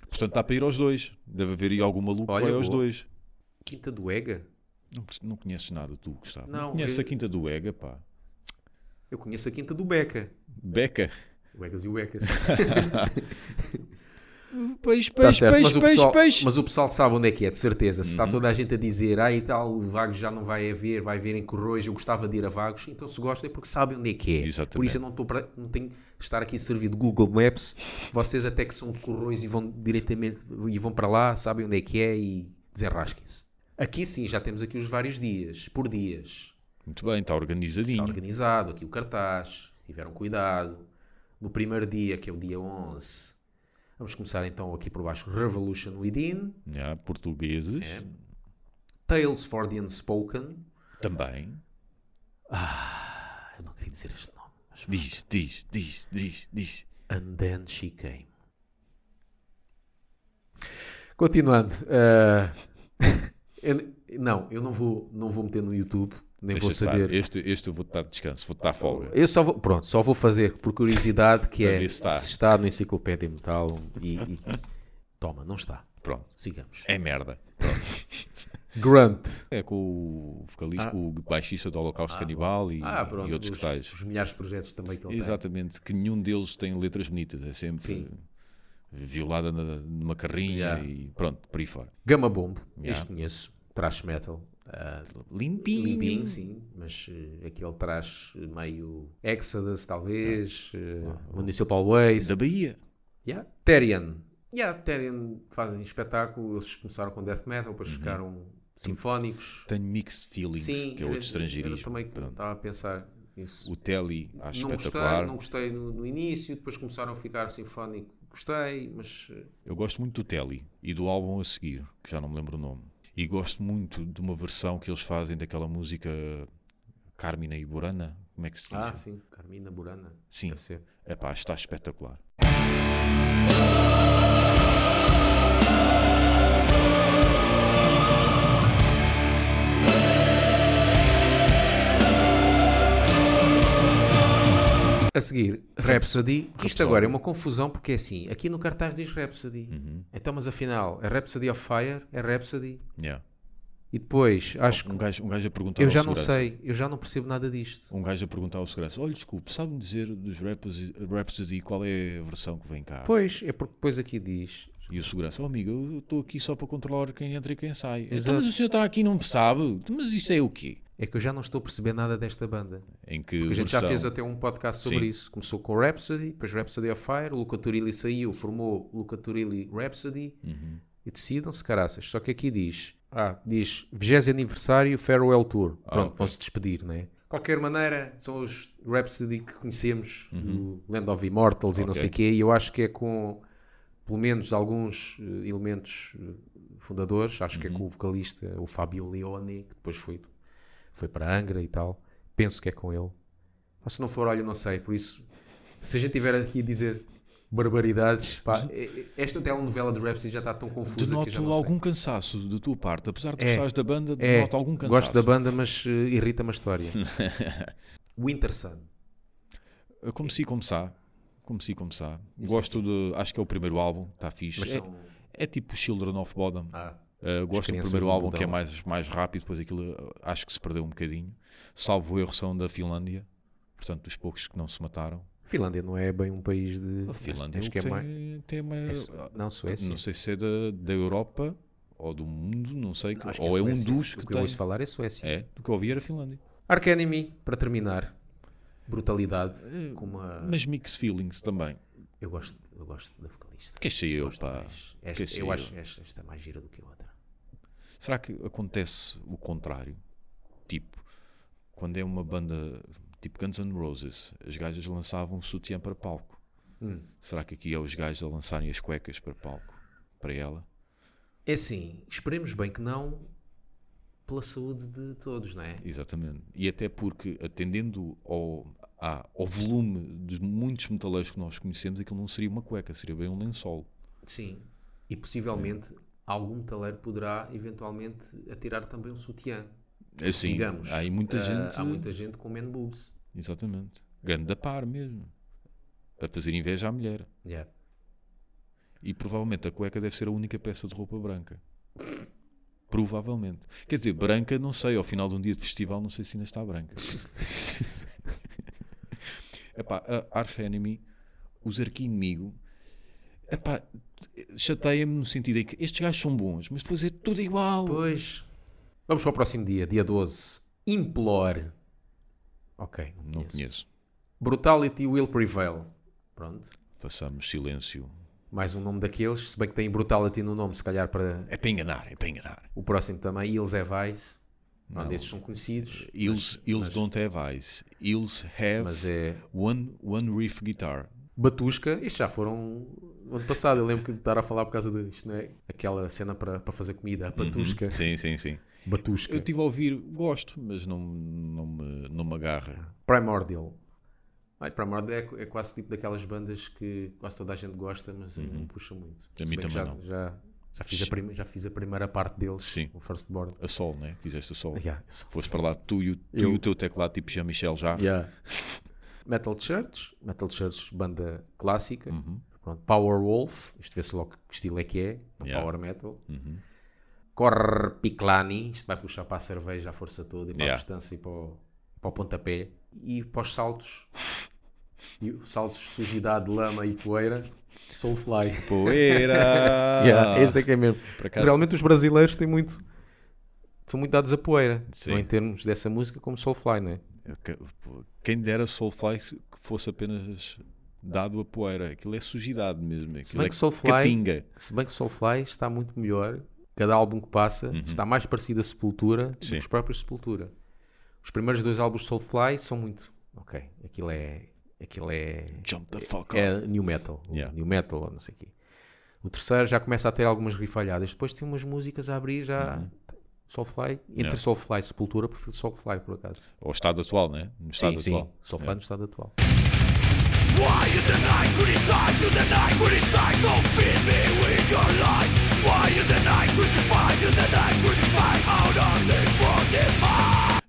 [SPEAKER 1] Portanto, dá para ir aos dois. Deve haver aí algum maluco que
[SPEAKER 3] Olha,
[SPEAKER 1] vai aos
[SPEAKER 3] boa.
[SPEAKER 1] dois.
[SPEAKER 3] Quinta do Ega.
[SPEAKER 1] Não, não conheces nada tu, Gustavo. Não,
[SPEAKER 3] Não,
[SPEAKER 1] conheces
[SPEAKER 3] eu-
[SPEAKER 1] a Quinta do Ega, pá.
[SPEAKER 3] Eu conheço a Quinta do Beca.
[SPEAKER 1] Beca.
[SPEAKER 3] O Egas e o Ecas.
[SPEAKER 1] Peixe,
[SPEAKER 3] Tá
[SPEAKER 1] peixe,
[SPEAKER 3] certo,
[SPEAKER 1] peixe,
[SPEAKER 3] mas, o
[SPEAKER 1] peixe,
[SPEAKER 3] pessoal,
[SPEAKER 1] peixe. Uhum.
[SPEAKER 3] mas o pessoal sabe onde é que é, de certeza. Se está toda a gente a dizer, ah, e tal, o Vagos já não vai haver, vai haver em Corroios, eu gostava de ir a Vagos, então se gosta é porque sabem onde é que é.
[SPEAKER 1] Exatamente.
[SPEAKER 3] Por isso eu não, estou pra- não tenho que estar aqui a servir de Google Maps. Vocês até que são de Corroios e vão diretamente e vão para lá, sabem onde é que é e desenrasquem-se. Aqui sim, já temos aqui os vários dias, por dias.
[SPEAKER 1] Muito bem, está organizadinho.
[SPEAKER 3] Está organizado, aqui o cartaz, tiveram cuidado. No primeiro dia, que é o dia 11, vamos começar então aqui por baixo, Revolution Within,
[SPEAKER 1] Yeah, portugueses.
[SPEAKER 3] É. Tales for the Unspoken,
[SPEAKER 1] Também.
[SPEAKER 3] ah, eu não queria dizer este nome, mas
[SPEAKER 1] Diz, diz, diz, diz, diz.
[SPEAKER 3] And Then She Came. Continuando, ah, eu- não, eu não vou, não vou meter no YouTube, nem
[SPEAKER 1] Deixa
[SPEAKER 3] vou
[SPEAKER 1] estar.
[SPEAKER 3] saber.
[SPEAKER 1] Este, este eu vou-te dar descanso, vou-te dar folga.
[SPEAKER 3] Eu só vou, pronto, só vou fazer por curiosidade que
[SPEAKER 1] Para
[SPEAKER 3] é
[SPEAKER 1] ver se está.
[SPEAKER 3] se está no Enciclopédia Metal e, e- toma, não está.
[SPEAKER 1] Pronto.
[SPEAKER 3] Sigamos.
[SPEAKER 1] É merda.
[SPEAKER 3] Grunt.
[SPEAKER 1] É com o vocalista,
[SPEAKER 3] Ah.
[SPEAKER 1] com o baixista do Holocausto Canibal e,
[SPEAKER 3] Ah, pronto.
[SPEAKER 1] e outros
[SPEAKER 3] os,
[SPEAKER 1] que tais.
[SPEAKER 3] os milhares de projetos também que ele
[SPEAKER 1] Exatamente, que nenhum deles tem letras bonitas, é sempre
[SPEAKER 3] Sim.
[SPEAKER 1] violada na- numa carrinha
[SPEAKER 3] Yeah.
[SPEAKER 1] e pronto, por aí fora.
[SPEAKER 3] tem. Gama Bomb.
[SPEAKER 1] Yeah.
[SPEAKER 3] Este conheço. Trash metal. Ah,
[SPEAKER 1] Limpinho.
[SPEAKER 3] Limpinho, sim, mas eh, aquele traz meio Exodus, talvez, eh, Municipal Waste.
[SPEAKER 1] Da Bahia.
[SPEAKER 3] Yeah. Therian. Yeah, Therian fazem espetáculo, eles começaram com death metal, depois
[SPEAKER 1] Uhum.
[SPEAKER 3] ficaram sinfónicos.
[SPEAKER 1] Tenho mixed feelings,
[SPEAKER 3] Sim,
[SPEAKER 1] que é outro estrangeirismo.
[SPEAKER 3] Eu também que
[SPEAKER 1] Pronto.
[SPEAKER 3] estava a pensar nisso.
[SPEAKER 1] O Telly, acho
[SPEAKER 3] não gostei,
[SPEAKER 1] espetacular.
[SPEAKER 3] não gostei no, no início, depois começaram a ficar sinfónico, gostei, mas eh,
[SPEAKER 1] Eu gosto muito do Telly e do álbum a seguir, que já não me lembro o nome. E gosto muito de uma versão que eles fazem daquela música Carmina e Burana. Como é que se diz?
[SPEAKER 3] ah, sim, Carmina Burana.
[SPEAKER 1] Sim.
[SPEAKER 3] Deve ser.
[SPEAKER 1] Epá, está espetacular.
[SPEAKER 3] A seguir, Rhapsody. Isto
[SPEAKER 1] Rhapsody.
[SPEAKER 3] agora é uma confusão porque é assim, aqui no cartaz diz Rhapsody.
[SPEAKER 1] Uhum.
[SPEAKER 3] Então, mas afinal, é Rhapsody of Fire, é Rhapsody.
[SPEAKER 1] Yeah.
[SPEAKER 3] E depois, acho
[SPEAKER 1] Um
[SPEAKER 3] que
[SPEAKER 1] gajo, um gajo a perguntar
[SPEAKER 3] eu
[SPEAKER 1] ao
[SPEAKER 3] já não
[SPEAKER 1] segurança.
[SPEAKER 3] sei, eu já não percebo nada disto.
[SPEAKER 1] Um gajo a perguntar ao segurança: Olha, desculpe, sabe-me dizer dos Rhapsody, Rhapsody qual é a versão que vem cá?
[SPEAKER 3] Pois, é porque depois aqui diz.
[SPEAKER 1] E o segurança: Oh, amigo, eu estou aqui só para controlar quem entra e quem sai. "Então,
[SPEAKER 3] Exato.
[SPEAKER 1] mas o senhor está aqui e não me sabe? Então, Mas isto é o quê?
[SPEAKER 3] É que eu já não estou a perceber nada desta banda.
[SPEAKER 1] Em que
[SPEAKER 3] A gente
[SPEAKER 1] versão?
[SPEAKER 3] já fez até um podcast sobre
[SPEAKER 1] Sim.
[SPEAKER 3] isso. Começou com Rhapsody, depois Rhapsody of Fire, o Luca Turilli saiu, formou Luca Turilli Rhapsody
[SPEAKER 1] Uhum.
[SPEAKER 3] e decidam-se caraças. Só que aqui diz, ah, diz 20 aniversário Farewell Tour. Pronto,
[SPEAKER 1] Ah, ok.
[SPEAKER 3] vão-se despedir, não é? De qualquer maneira, são os Rhapsody que conhecemos, do Land of Immortals e não
[SPEAKER 1] Uhum. Ok.
[SPEAKER 3] sei o quê, e eu acho que é com pelo menos alguns eh, elementos eh, fundadores, acho
[SPEAKER 1] Uhum.
[SPEAKER 3] que é com o vocalista, o Fábio Leone, que depois foi, foi para Angra e tal. Penso que é com ele. Ou se não for, olha, não sei. Por isso, se a gente tiver aqui a dizer barbaridades, pá, é- é- esta telenovela de Rhapsody já está tão confusa que eu já
[SPEAKER 1] Denoto
[SPEAKER 3] não
[SPEAKER 1] algum cansaço da tua parte, apesar de
[SPEAKER 3] É.
[SPEAKER 1] gostares da banda,
[SPEAKER 3] sei. É,
[SPEAKER 1] denoto algum cansaço.
[SPEAKER 3] gosto da banda, mas eh, irrita-me a história. Winter Sun.
[SPEAKER 1] Eu Comecei a começar. Comecei a começar. Gosto de. Acho que é o primeiro álbum, está fixe.
[SPEAKER 3] Mas
[SPEAKER 1] é,
[SPEAKER 3] são-
[SPEAKER 1] é tipo Children of Bodom.
[SPEAKER 3] Ah,
[SPEAKER 1] Uh, gosto do
[SPEAKER 3] crianças
[SPEAKER 1] primeiro
[SPEAKER 3] do
[SPEAKER 1] álbum que é
[SPEAKER 3] Moldão.
[SPEAKER 1] mais, mais rápido, depois aquilo uh, acho que se perdeu um bocadinho. Salvo erro, são da Finlândia, portanto, dos poucos que não se mataram.
[SPEAKER 3] Finlândia não é bem um país de...
[SPEAKER 1] A Oh, Finlândia
[SPEAKER 3] acho que é
[SPEAKER 1] tem,
[SPEAKER 3] mais...
[SPEAKER 1] tem uma- eh,
[SPEAKER 3] é Su- não, Suécia.
[SPEAKER 1] Não sei se é da, da Europa ou do mundo, não sei.
[SPEAKER 3] Acho que
[SPEAKER 1] ou é, um
[SPEAKER 3] Suécia.
[SPEAKER 1] dos que
[SPEAKER 3] assim. O que eu
[SPEAKER 1] tem.
[SPEAKER 3] ouço falar é Suécia.
[SPEAKER 1] É, do que eu ouvi era a Finlândia.
[SPEAKER 3] Arch Enemy, para terminar. Brutalidade, com uma...
[SPEAKER 1] Eh, Mas mix feelings também.
[SPEAKER 3] Eu gosto, eu gosto da vocalista.
[SPEAKER 1] Que achei eu,
[SPEAKER 3] Gosto
[SPEAKER 1] pá.
[SPEAKER 3] mais.
[SPEAKER 1] Que
[SPEAKER 3] Esta,
[SPEAKER 1] achei
[SPEAKER 3] eu
[SPEAKER 1] eu.
[SPEAKER 3] acho esta, esta é mais gira do que a outra.
[SPEAKER 1] Será que acontece o contrário? Tipo, quando é uma banda tipo Guns N' Roses, as gajas lançavam um sutiã para palco.
[SPEAKER 3] Hum.
[SPEAKER 1] Será que aqui é os gajos a lançarem as cuecas para palco? Para ela?
[SPEAKER 3] É assim, esperemos bem que não pela saúde de todos, não é?
[SPEAKER 1] Exatamente. E até porque, atendendo ao, à- ao volume de muitos metaleiros que nós conhecemos, aquilo não seria uma cueca, seria bem um lençol.
[SPEAKER 3] Sim. E possivelmente algum taleiro poderá eventualmente atirar também um sutiã.
[SPEAKER 1] Assim,
[SPEAKER 3] digamos.
[SPEAKER 1] há aí muita
[SPEAKER 3] Ah,
[SPEAKER 1] gente.
[SPEAKER 3] Há muita gente com man boobs.
[SPEAKER 1] Exatamente. Grande da par mesmo. A fazer inveja à mulher.
[SPEAKER 3] Yeah.
[SPEAKER 1] E provavelmente a cueca deve ser a única peça de roupa branca. Provavelmente. Quer dizer, branca, não sei. Ao final de um dia de festival, não sei se ainda está branca. Epá, a Arch Enemy, os arqui-inimigo, epá, chateia-me no sentido em que estes gajos são bons, mas depois é tudo igual.
[SPEAKER 3] Pois. Vamos para o próximo dia, dia 12. Implore. Ok, não
[SPEAKER 1] Não
[SPEAKER 3] conheço.
[SPEAKER 1] conheço.
[SPEAKER 3] Brutality will prevail. Pronto.
[SPEAKER 1] Façamos silêncio.
[SPEAKER 3] Mais um nome daqueles, se bem que tem Brutality no nome, se calhar para
[SPEAKER 1] É para enganar, é para enganar.
[SPEAKER 3] o próximo também. Eles é Vice. Não,
[SPEAKER 1] Não.
[SPEAKER 3] desses são conhecidos.
[SPEAKER 1] Eles, eles don't have eyes. Eles have
[SPEAKER 3] Mas é
[SPEAKER 1] one, one riff guitar.
[SPEAKER 3] Batusca, isto já foram o ano passado. Eu lembro que de estar a falar por causa disto, não é? Aquela cena para, para fazer comida, a Batusca.
[SPEAKER 1] Uhum. Sim, sim, sim.
[SPEAKER 3] Batusca.
[SPEAKER 1] Eu estive a ouvir, gosto, mas não, não, me, não me agarra.
[SPEAKER 3] Primordial. Ai, Primordial é, qu- é quase tipo daquelas bandas que quase toda a gente gosta, mas eu não puxa muito.
[SPEAKER 1] Uhum. A
[SPEAKER 3] Se
[SPEAKER 1] mim
[SPEAKER 3] bem que
[SPEAKER 1] também
[SPEAKER 3] já,
[SPEAKER 1] não.
[SPEAKER 3] Já, já, fiz a prim- já fiz a primeira parte deles,
[SPEAKER 1] Sim.
[SPEAKER 3] o First Born.
[SPEAKER 1] A sol, né? Fizeste a sol.
[SPEAKER 3] Yeah, eu só-
[SPEAKER 1] Foste para lá, tu e o, tu
[SPEAKER 3] Eu-
[SPEAKER 1] e o teu teclado, tipo Jean-Michel Jarre.
[SPEAKER 3] Metal Church, Metal Church, banda clássica.
[SPEAKER 1] Uhum.
[SPEAKER 3] Pronto, Power Wolf, isto vê-se logo que estilo é que é, é um
[SPEAKER 1] Yeah. Uhum.
[SPEAKER 3] power metal. Corpiclani, isto vai puxar para a cerveja à força toda e para
[SPEAKER 1] Yeah.
[SPEAKER 3] a distância e para o, para o pontapé e para os saltos. E os saltos de sujidade, lama e poeira, Soulfly.
[SPEAKER 1] Poeira!
[SPEAKER 3] Yeah, este é que é mesmo.
[SPEAKER 1] Por acaso-
[SPEAKER 3] Realmente os brasileiros têm muito. São muito dados a poeira.
[SPEAKER 1] Sim.
[SPEAKER 3] Não em termos dessa música como Soulfly, não é?
[SPEAKER 1] Eu que- pô, Quem dera Soulfly se- que fosse apenas dado a poeira. Aquilo é sujidade mesmo. Aquilo
[SPEAKER 3] bem
[SPEAKER 1] é
[SPEAKER 3] que Soulfly-
[SPEAKER 1] catinga.
[SPEAKER 3] Se bem que Soulfly está muito melhor, cada álbum que passa está mais parecido a Sepultura do
[SPEAKER 1] Uhum. Sim.
[SPEAKER 3] que os próprios Sepultura. Os primeiros dois álbuns de Soulfly são muito. Ok, aquilo é. Aquilo é.
[SPEAKER 1] Jump the fuck up.
[SPEAKER 3] É new metal.
[SPEAKER 1] Yeah.
[SPEAKER 3] New metal, ou não sei o quê. O terceiro já começa a ter algumas rifalhadas. Depois tem umas músicas a abrir já. Soulfly. Entre
[SPEAKER 1] Uhum. Yeah.
[SPEAKER 3] Soulfly e Sepultura, prefiro Soulfly, por acaso.
[SPEAKER 1] Ao estado atual, né? No estado atual.
[SPEAKER 3] Soulfly no estado atual.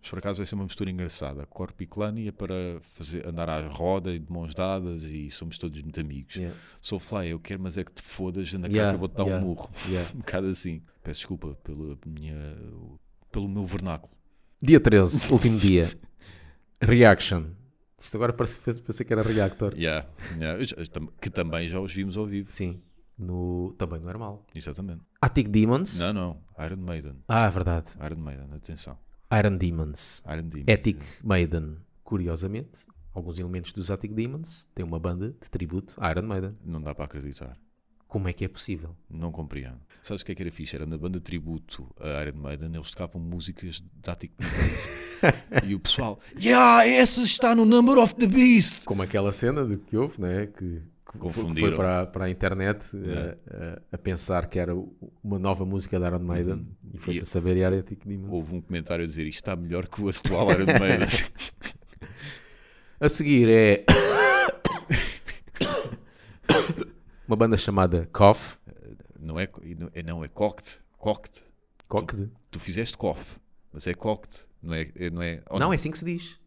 [SPEAKER 1] Mas por acaso vai ser uma mistura engraçada. Corpo e clânia para fazer, andar à roda e de mãos dadas e somos todos muito amigos.
[SPEAKER 3] Yeah.
[SPEAKER 1] Soulfly, eu quero, mas é que te fodas, anda cá
[SPEAKER 3] Yeah,
[SPEAKER 1] que eu vou-te dar
[SPEAKER 3] yeah,
[SPEAKER 1] um murro.
[SPEAKER 3] yeah.
[SPEAKER 1] Um bocado assim. Peço desculpa pela minha, pelo meu vernáculo.
[SPEAKER 3] Dia 13, último dia. Reaction. Isto agora parece, pensei que era Reactor.
[SPEAKER 1] Yeah, yeah. Eu já- eu tam- Que também já os vimos ao vivo.
[SPEAKER 3] Sim. No... Também não era mal.
[SPEAKER 1] Exatamente.
[SPEAKER 3] Attic Demons.
[SPEAKER 1] Não, não. Iron Maiden.
[SPEAKER 3] Ah, é verdade.
[SPEAKER 1] Iron Maiden, atenção.
[SPEAKER 3] Iron Demons.
[SPEAKER 1] Iron Demon.
[SPEAKER 3] Ethic Maiden. Curiosamente, alguns elementos dos Attic Demons têm uma banda de tributo a Iron Maiden.
[SPEAKER 1] Não dá para acreditar.
[SPEAKER 3] Como é que é possível?
[SPEAKER 1] Não compreendo. Sabes o que é que era fixe? Era na banda tributo a Iron Maiden, eles tocavam músicas da Attic Monkeys. e o pessoal, yeah, essa está no Number of the Beast!
[SPEAKER 3] Como aquela cena de que houve, né? Que, que foi- que foi
[SPEAKER 1] Confundiram. É.
[SPEAKER 3] para, para a internet eh,
[SPEAKER 1] Yeah.
[SPEAKER 3] eh, a, pensar que era o- uma nova música da Iron Maiden e foi-se
[SPEAKER 1] Uhum. E-
[SPEAKER 3] a saber e era Ethic Demons.
[SPEAKER 1] Houve um comentário a dizer isto está melhor que o atual Iron Maiden.
[SPEAKER 3] A seguir é. Uma banda chamada Cough.
[SPEAKER 1] não, é, co- não é, não é cocked. Cocked.
[SPEAKER 3] Cocked.
[SPEAKER 1] Tu fizeste cough, mas é cocked. Não é. é- Não, é, ou
[SPEAKER 3] Não, é assim que se diz.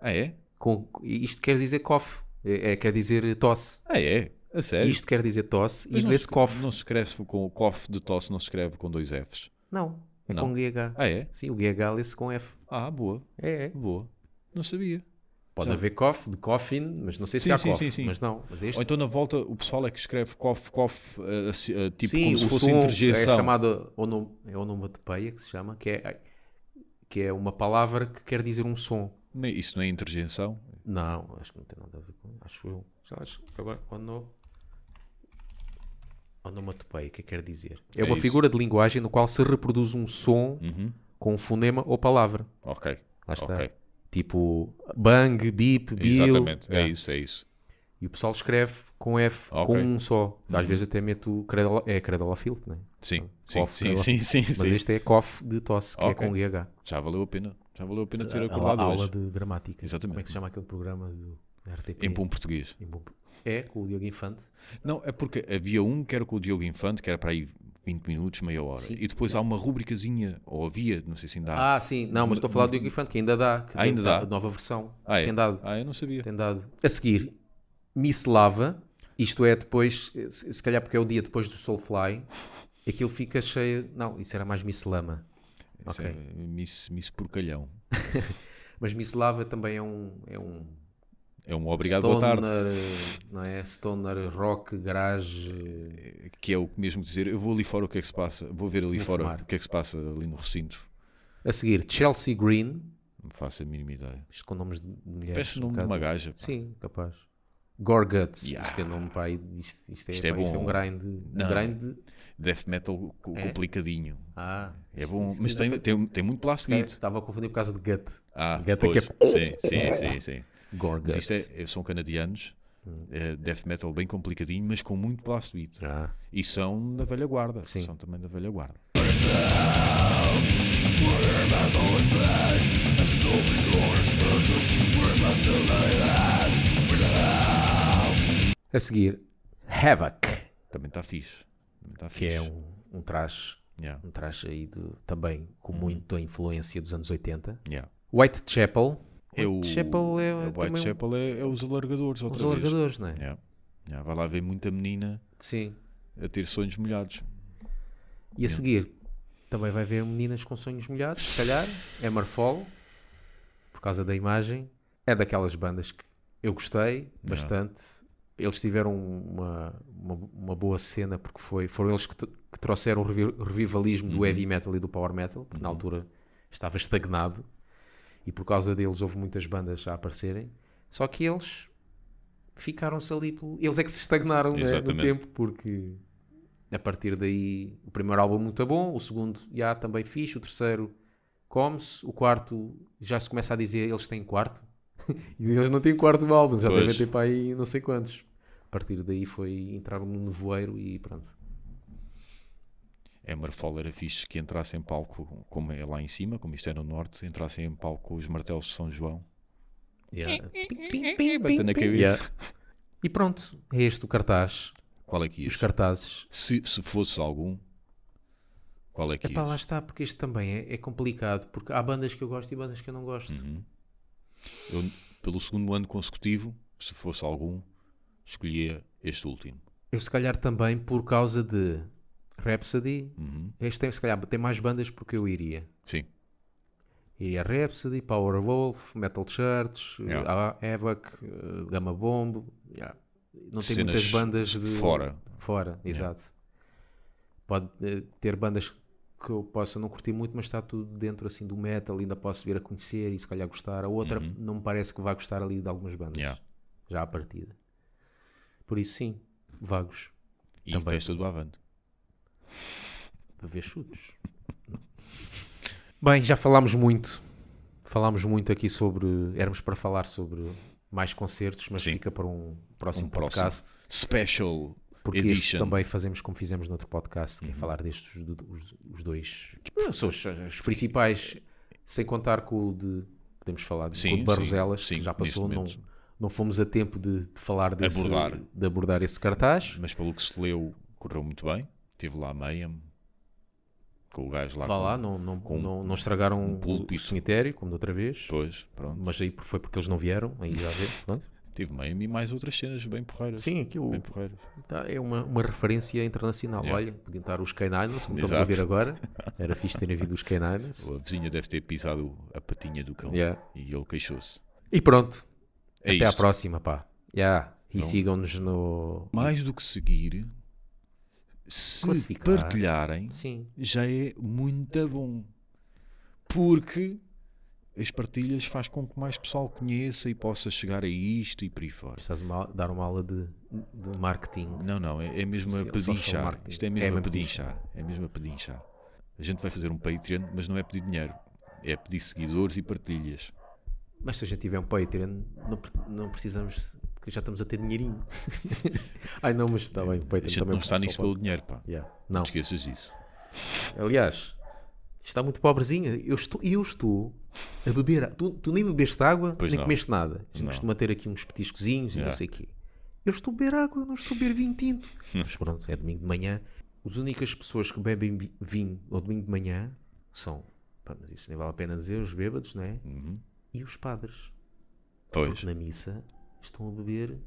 [SPEAKER 1] Ah, é?
[SPEAKER 3] Com- isto quer dizer cough. É, é- quer dizer tosse.
[SPEAKER 1] Ah, é? A sério?
[SPEAKER 3] Isto quer dizer tosse.
[SPEAKER 1] Mas
[SPEAKER 3] e
[SPEAKER 1] não
[SPEAKER 3] lê-se
[SPEAKER 1] se-
[SPEAKER 3] cough. Não.
[SPEAKER 1] Não se escreve com o cough de tosse, não se escreve com dois Fs.
[SPEAKER 3] é
[SPEAKER 1] Não.
[SPEAKER 3] com GH.
[SPEAKER 1] Ah, é?
[SPEAKER 3] Sim, o GH lê-se com F.
[SPEAKER 1] Ah, boa,
[SPEAKER 3] É, é.
[SPEAKER 1] boa. Não sabia.
[SPEAKER 3] Pode
[SPEAKER 1] Já.
[SPEAKER 3] haver cough, de coffin, mas não sei se
[SPEAKER 1] Sim,
[SPEAKER 3] há
[SPEAKER 1] sim,
[SPEAKER 3] cough.
[SPEAKER 1] sim, sim.
[SPEAKER 3] Mas não. Mas este,
[SPEAKER 1] Ou então na volta o pessoal é que escreve cough, cough, eh, assim, eh, tipo
[SPEAKER 3] sim,
[SPEAKER 1] como se
[SPEAKER 3] o
[SPEAKER 1] fosse
[SPEAKER 3] som
[SPEAKER 1] interjeição.
[SPEAKER 3] É chamada onom, é onomatopeia que se chama, que é, que é uma palavra que quer dizer um som.
[SPEAKER 1] Nem- Isso não é interjeição?
[SPEAKER 3] Não, acho que não tem nada a ver com. Acho eu. Já acho que agora. Ono... Onomatopeia, o que é que quer dizer? É,
[SPEAKER 1] É
[SPEAKER 3] uma
[SPEAKER 1] isso.
[SPEAKER 3] figura de linguagem no qual se reproduz um som
[SPEAKER 1] Uhum.
[SPEAKER 3] com um fonema ou palavra.
[SPEAKER 1] Ok.
[SPEAKER 3] Lá está.
[SPEAKER 1] Ok.
[SPEAKER 3] Tipo bang, beep, bill.
[SPEAKER 1] Exatamente. É
[SPEAKER 3] Yeah.
[SPEAKER 1] isso, é isso.
[SPEAKER 3] E o pessoal escreve com F,
[SPEAKER 1] Ok. Uhum.
[SPEAKER 3] com um só. Às vezes até meto credola... é credola field, né?
[SPEAKER 1] Sim, sim,
[SPEAKER 3] Cough,
[SPEAKER 1] sim,
[SPEAKER 3] credola-
[SPEAKER 1] sim, sim,
[SPEAKER 3] Mas
[SPEAKER 1] sim.
[SPEAKER 3] este é cough de tosse, que
[SPEAKER 1] Ok.
[SPEAKER 3] é com GH.
[SPEAKER 1] Já valeu a pena. Já valeu a pena ter
[SPEAKER 3] A, a
[SPEAKER 1] acordado
[SPEAKER 3] aula
[SPEAKER 1] hoje.
[SPEAKER 3] de gramática.
[SPEAKER 1] Exatamente.
[SPEAKER 3] Como é que se chama aquele programa do RTP?
[SPEAKER 1] Em bom português.
[SPEAKER 3] Em bom- É, com o Diogo Infante.
[SPEAKER 1] Não, é porque havia um que era com o Diogo Infante, que era para aí 20 minutos, meia hora. E depois há uma rubricazinha, ou havia, não sei se ainda há.
[SPEAKER 3] Ah, sim, não, mas estou a falar do Diogo Infante, que ainda dá. que
[SPEAKER 1] Ainda
[SPEAKER 3] tem-
[SPEAKER 1] dá.
[SPEAKER 3] A nova versão.
[SPEAKER 1] Ah, é?
[SPEAKER 3] Tem dado.
[SPEAKER 1] Ah, eu não sabia.
[SPEAKER 3] Tem dado. A seguir, Miss Lava, isto é depois, se se calhar porque é o dia depois do Soulfly, aquilo fica cheio. Não, isso era mais Miss Lama.
[SPEAKER 1] Isso
[SPEAKER 3] Ok.
[SPEAKER 1] é Miss, Miss Porcalhão.
[SPEAKER 3] Mas Miss Lava também é um. É um
[SPEAKER 1] É um obrigado, boa
[SPEAKER 3] stoner,
[SPEAKER 1] tarde.
[SPEAKER 3] Não é? Stoner, rock, garage.
[SPEAKER 1] Que é o mesmo dizer, eu vou ali fora o que é que se passa, vou ver ali
[SPEAKER 3] Vou
[SPEAKER 1] fora
[SPEAKER 3] fumar.
[SPEAKER 1] o que é que se passa ali no recinto.
[SPEAKER 3] A seguir, Chelsea Green,
[SPEAKER 1] Não faço a mínima ideia.
[SPEAKER 3] isto com nomes de mulheres.
[SPEAKER 1] Parece o
[SPEAKER 3] um
[SPEAKER 1] nome de
[SPEAKER 3] bocado.
[SPEAKER 1] uma gaja. pá.
[SPEAKER 3] Sim, capaz. Gorguts.
[SPEAKER 1] Yeah.
[SPEAKER 3] Isto é nome para aí. Isto, isto é,
[SPEAKER 1] Isto é
[SPEAKER 3] pá, isto é um
[SPEAKER 1] bom.
[SPEAKER 3] grind.
[SPEAKER 1] Não.
[SPEAKER 3] Um grind.
[SPEAKER 1] Death metal co-
[SPEAKER 3] É?
[SPEAKER 1] complicadinho.
[SPEAKER 3] Ah,
[SPEAKER 1] É
[SPEAKER 3] isto-
[SPEAKER 1] bom,
[SPEAKER 3] isto
[SPEAKER 1] mas
[SPEAKER 3] ainda
[SPEAKER 1] tem, tem, tem muito plástico.
[SPEAKER 3] pa- Estava a confundir por causa de gut.
[SPEAKER 1] Ah,
[SPEAKER 3] Gata
[SPEAKER 1] pois.
[SPEAKER 3] que é
[SPEAKER 1] Sim, sim, sim, sim. Mas
[SPEAKER 3] Gorguts.
[SPEAKER 1] isto é, são canadianos,
[SPEAKER 3] Hum.
[SPEAKER 1] eh, death metal bem complicadinho, mas com muito blast beat.
[SPEAKER 3] Ah.
[SPEAKER 1] E são da velha guarda.
[SPEAKER 3] Sim.
[SPEAKER 1] São também da velha guarda.
[SPEAKER 3] A seguir, Havoc,
[SPEAKER 1] Também está fixe. Também está fixe.
[SPEAKER 3] que é um, um traje.
[SPEAKER 1] Yeah,
[SPEAKER 3] Um traje aí do, também com
[SPEAKER 1] Uhum.
[SPEAKER 3] muita influência dos anos 80.
[SPEAKER 1] yeah.
[SPEAKER 3] Whitechapel.
[SPEAKER 1] É o-
[SPEAKER 3] Whitechapel é,
[SPEAKER 1] o
[SPEAKER 3] também um-
[SPEAKER 1] Whitechapel é, é os alargadores outra
[SPEAKER 3] os
[SPEAKER 1] vez.
[SPEAKER 3] alargadores, não é?
[SPEAKER 1] Yeah. Yeah, Vai lá ver muita menina
[SPEAKER 3] Sim.
[SPEAKER 1] a ter sonhos molhados.
[SPEAKER 3] E a seguir, Também vai ver meninas com sonhos molhados, se calhar. É Marfol, por causa da imagem. É daquelas bandas que eu gostei bastante. Eles tiveram uma, uma, uma boa cena porque foi, foram eles que, tr- que trouxeram o revi- revivalismo do heavy metal e do power metal, porque na altura estava estagnado e por causa deles houve muitas bandas a aparecerem. Só que eles ficaram-se ali, pelo- eles é que se estagnaram né, no
[SPEAKER 1] Exatamente.
[SPEAKER 3] tempo porque a partir daí, o primeiro álbum muito bom, o segundo já também fixe, o terceiro come-se, o quarto já se começa a dizer eles têm quarto. e eles não têm quarto álbum, já
[SPEAKER 1] Pois.
[SPEAKER 3] devem ter para aí não sei quantos. A partir daí foi entrar num nevoeiro e pronto.
[SPEAKER 1] É Marfol era fixe que entrasse em palco, como é lá em cima, como isto é no norte, entrassem em palco com os martelos de São João.
[SPEAKER 3] Yeah.
[SPEAKER 1] Batendo a cabeça.
[SPEAKER 3] Yeah. E pronto, é este o cartaz.
[SPEAKER 1] Qual é que
[SPEAKER 3] Os
[SPEAKER 1] ias?
[SPEAKER 3] cartazes.
[SPEAKER 1] Se, se fosse algum, qual é que
[SPEAKER 3] Epá, lá
[SPEAKER 1] ias?
[SPEAKER 3] está, porque este também é, é complicado, porque há bandas que eu gosto e bandas que eu não gosto.
[SPEAKER 1] Hum. Uhum. Eu, pelo segundo ano consecutivo, se fosse algum, escolhia este último.
[SPEAKER 3] Eu se calhar também por causa de Rhapsody.
[SPEAKER 1] Uhum.
[SPEAKER 3] Este tem, se calhar tem mais bandas porque eu iria.
[SPEAKER 1] Sim.
[SPEAKER 3] Iria Rhapsody, Powerwolf, Metal Church,
[SPEAKER 1] Yeah.
[SPEAKER 3] eh, Havoc, eh, Gamma Bomb. yeah. Não tem
[SPEAKER 1] Cenas
[SPEAKER 3] muitas bandas de
[SPEAKER 1] fora.
[SPEAKER 3] Fora, exato. Pode eh, ter bandas que eu possa não curtir muito, mas está tudo dentro assim do metal, ainda posso vir a conhecer e se calhar gostar. A outra não me parece que vá gostar ali de algumas bandas.
[SPEAKER 1] Uhum. Yeah.
[SPEAKER 3] Já à partida. Por isso sim, vagos.
[SPEAKER 1] E
[SPEAKER 3] Também.
[SPEAKER 1] festa do Avante.
[SPEAKER 3] para ver chutes. Bem, já falámos muito. Falámos muito aqui sobre. Éramos para falar sobre mais concertos, mas
[SPEAKER 1] Sim.
[SPEAKER 3] fica para um próximo
[SPEAKER 1] Um próximo.
[SPEAKER 3] podcast.
[SPEAKER 1] Special
[SPEAKER 3] Porque este
[SPEAKER 1] Edition. Uhum.
[SPEAKER 3] também fazemos como fizemos no outro podcast, que é falar destes do- os, os dois. Não, são os, os principais, sem contar com o de. Podemos falar de,
[SPEAKER 1] Sim,
[SPEAKER 3] com o de
[SPEAKER 1] sim,
[SPEAKER 3] Barroselas, que
[SPEAKER 1] sim,
[SPEAKER 3] já passou,
[SPEAKER 1] neste
[SPEAKER 3] não,
[SPEAKER 1] momento.
[SPEAKER 3] não fomos a tempo de, de falar desse,
[SPEAKER 1] Abordar.
[SPEAKER 3] de abordar esse cartaz.
[SPEAKER 1] Mas pelo que se leu, correu muito bem. Teve lá a meia com o gajo lá.
[SPEAKER 3] Vá
[SPEAKER 1] com-
[SPEAKER 3] lá, não, não,
[SPEAKER 1] com um
[SPEAKER 3] não, não estragaram o- o
[SPEAKER 1] púlpito.
[SPEAKER 3] cemitério, como da outra vez.
[SPEAKER 1] Depois, pronto.
[SPEAKER 3] Mas aí por- foi porque eles não vieram, aí já vê. pronto.
[SPEAKER 1] Teve meia e mais outras cenas bem porreiras.
[SPEAKER 3] Sim, aquilo
[SPEAKER 1] Bem porreiras.
[SPEAKER 3] tá- é uma, uma referência internacional.
[SPEAKER 1] Yeah.
[SPEAKER 3] Olha, podiam estar os K-Niners, como estamos a
[SPEAKER 1] Exato.
[SPEAKER 3] ver agora. Era fixe terem vindo os K-Niners.
[SPEAKER 1] A vizinha deve ter pisado a patinha do cão.
[SPEAKER 3] Yeah.
[SPEAKER 1] E ele queixou-se.
[SPEAKER 3] E pronto.
[SPEAKER 1] É
[SPEAKER 3] Até à
[SPEAKER 1] isto.
[SPEAKER 3] próxima, pá. Yeah. E
[SPEAKER 1] Então-
[SPEAKER 3] sigam-nos no.
[SPEAKER 1] Mais do que seguir, se
[SPEAKER 3] Classificar.
[SPEAKER 1] partilharem,
[SPEAKER 3] Sim.
[SPEAKER 1] já é muito bom. Porque as partilhas faz com que mais pessoal conheça e possa chegar a isto e por aí fora.
[SPEAKER 3] Estás a dar uma aula de, de marketing.
[SPEAKER 1] Não, não, é, é mesmo a
[SPEAKER 3] Social- social
[SPEAKER 1] pedinchar.
[SPEAKER 3] marketing.
[SPEAKER 1] Isto é mesmo
[SPEAKER 3] É
[SPEAKER 1] a
[SPEAKER 3] mesmo
[SPEAKER 1] pedinchar. É mesmo a pedinchar. A gente vai fazer um Patreon, mas não é pedir dinheiro. É pedir seguidores e partilhas.
[SPEAKER 3] Mas se a gente tiver um Patreon, não, pre- não precisamos. Porque já estamos a ter dinheirinho. Ai não, mas está bem. O Patreon
[SPEAKER 1] A gente
[SPEAKER 3] também
[SPEAKER 1] não está
[SPEAKER 3] só
[SPEAKER 1] nisso
[SPEAKER 3] pode-
[SPEAKER 1] pelo dinheiro, pá.
[SPEAKER 3] Yeah. Não.
[SPEAKER 1] Não esqueças disso.
[SPEAKER 3] Aliás, está muito pobrezinha. Eu estou, eu estou a beber. a- Tu, tu nem bebeste água,
[SPEAKER 1] Pois
[SPEAKER 3] nem
[SPEAKER 1] não.
[SPEAKER 3] comeste nada. A gente
[SPEAKER 1] Não.
[SPEAKER 3] costuma ter aqui uns petiscozinhos e não
[SPEAKER 1] Yeah.
[SPEAKER 3] sei o quê. Eu estou a beber água, eu não estou a beber vinho tinto.
[SPEAKER 1] Hum.
[SPEAKER 3] Mas pronto, é domingo de manhã. As únicas pessoas que bebem bi- vinho ao domingo de manhã são, pá, mas isso nem vale a pena dizer, os bêbados, não é? E os padres.
[SPEAKER 1] Uhum. Pois,
[SPEAKER 3] Porque na missa estão a beber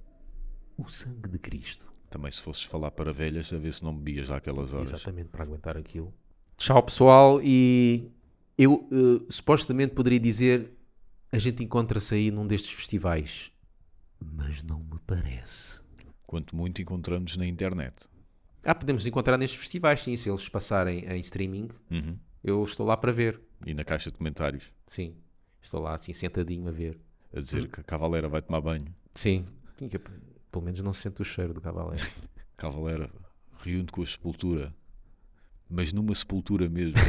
[SPEAKER 3] o sangue de Cristo.
[SPEAKER 1] também se fosses falar para velhas, a ver se não bebias já aquelas horas.
[SPEAKER 3] Exatamente, para aguentar aquilo. Tchau, pessoal. E eu eh, supostamente poderia dizer: a gente encontra-se aí num destes festivais, mas não me parece.
[SPEAKER 1] Quanto muito encontramos na internet.
[SPEAKER 3] Ah, podemos encontrar nestes festivais, sim, se eles passarem em streaming,
[SPEAKER 1] Uhum.
[SPEAKER 3] eu estou lá para ver.
[SPEAKER 1] E na caixa de comentários,
[SPEAKER 3] Sim, estou lá assim, sentadinho a ver.
[SPEAKER 1] a dizer que a Cavaleira vai tomar banho.
[SPEAKER 3] Sim, Eu, pelo menos não sinto o cheiro do cavaleiro.
[SPEAKER 1] Cavaleira, reúne com a sepultura. Mas numa sepultura mesmo.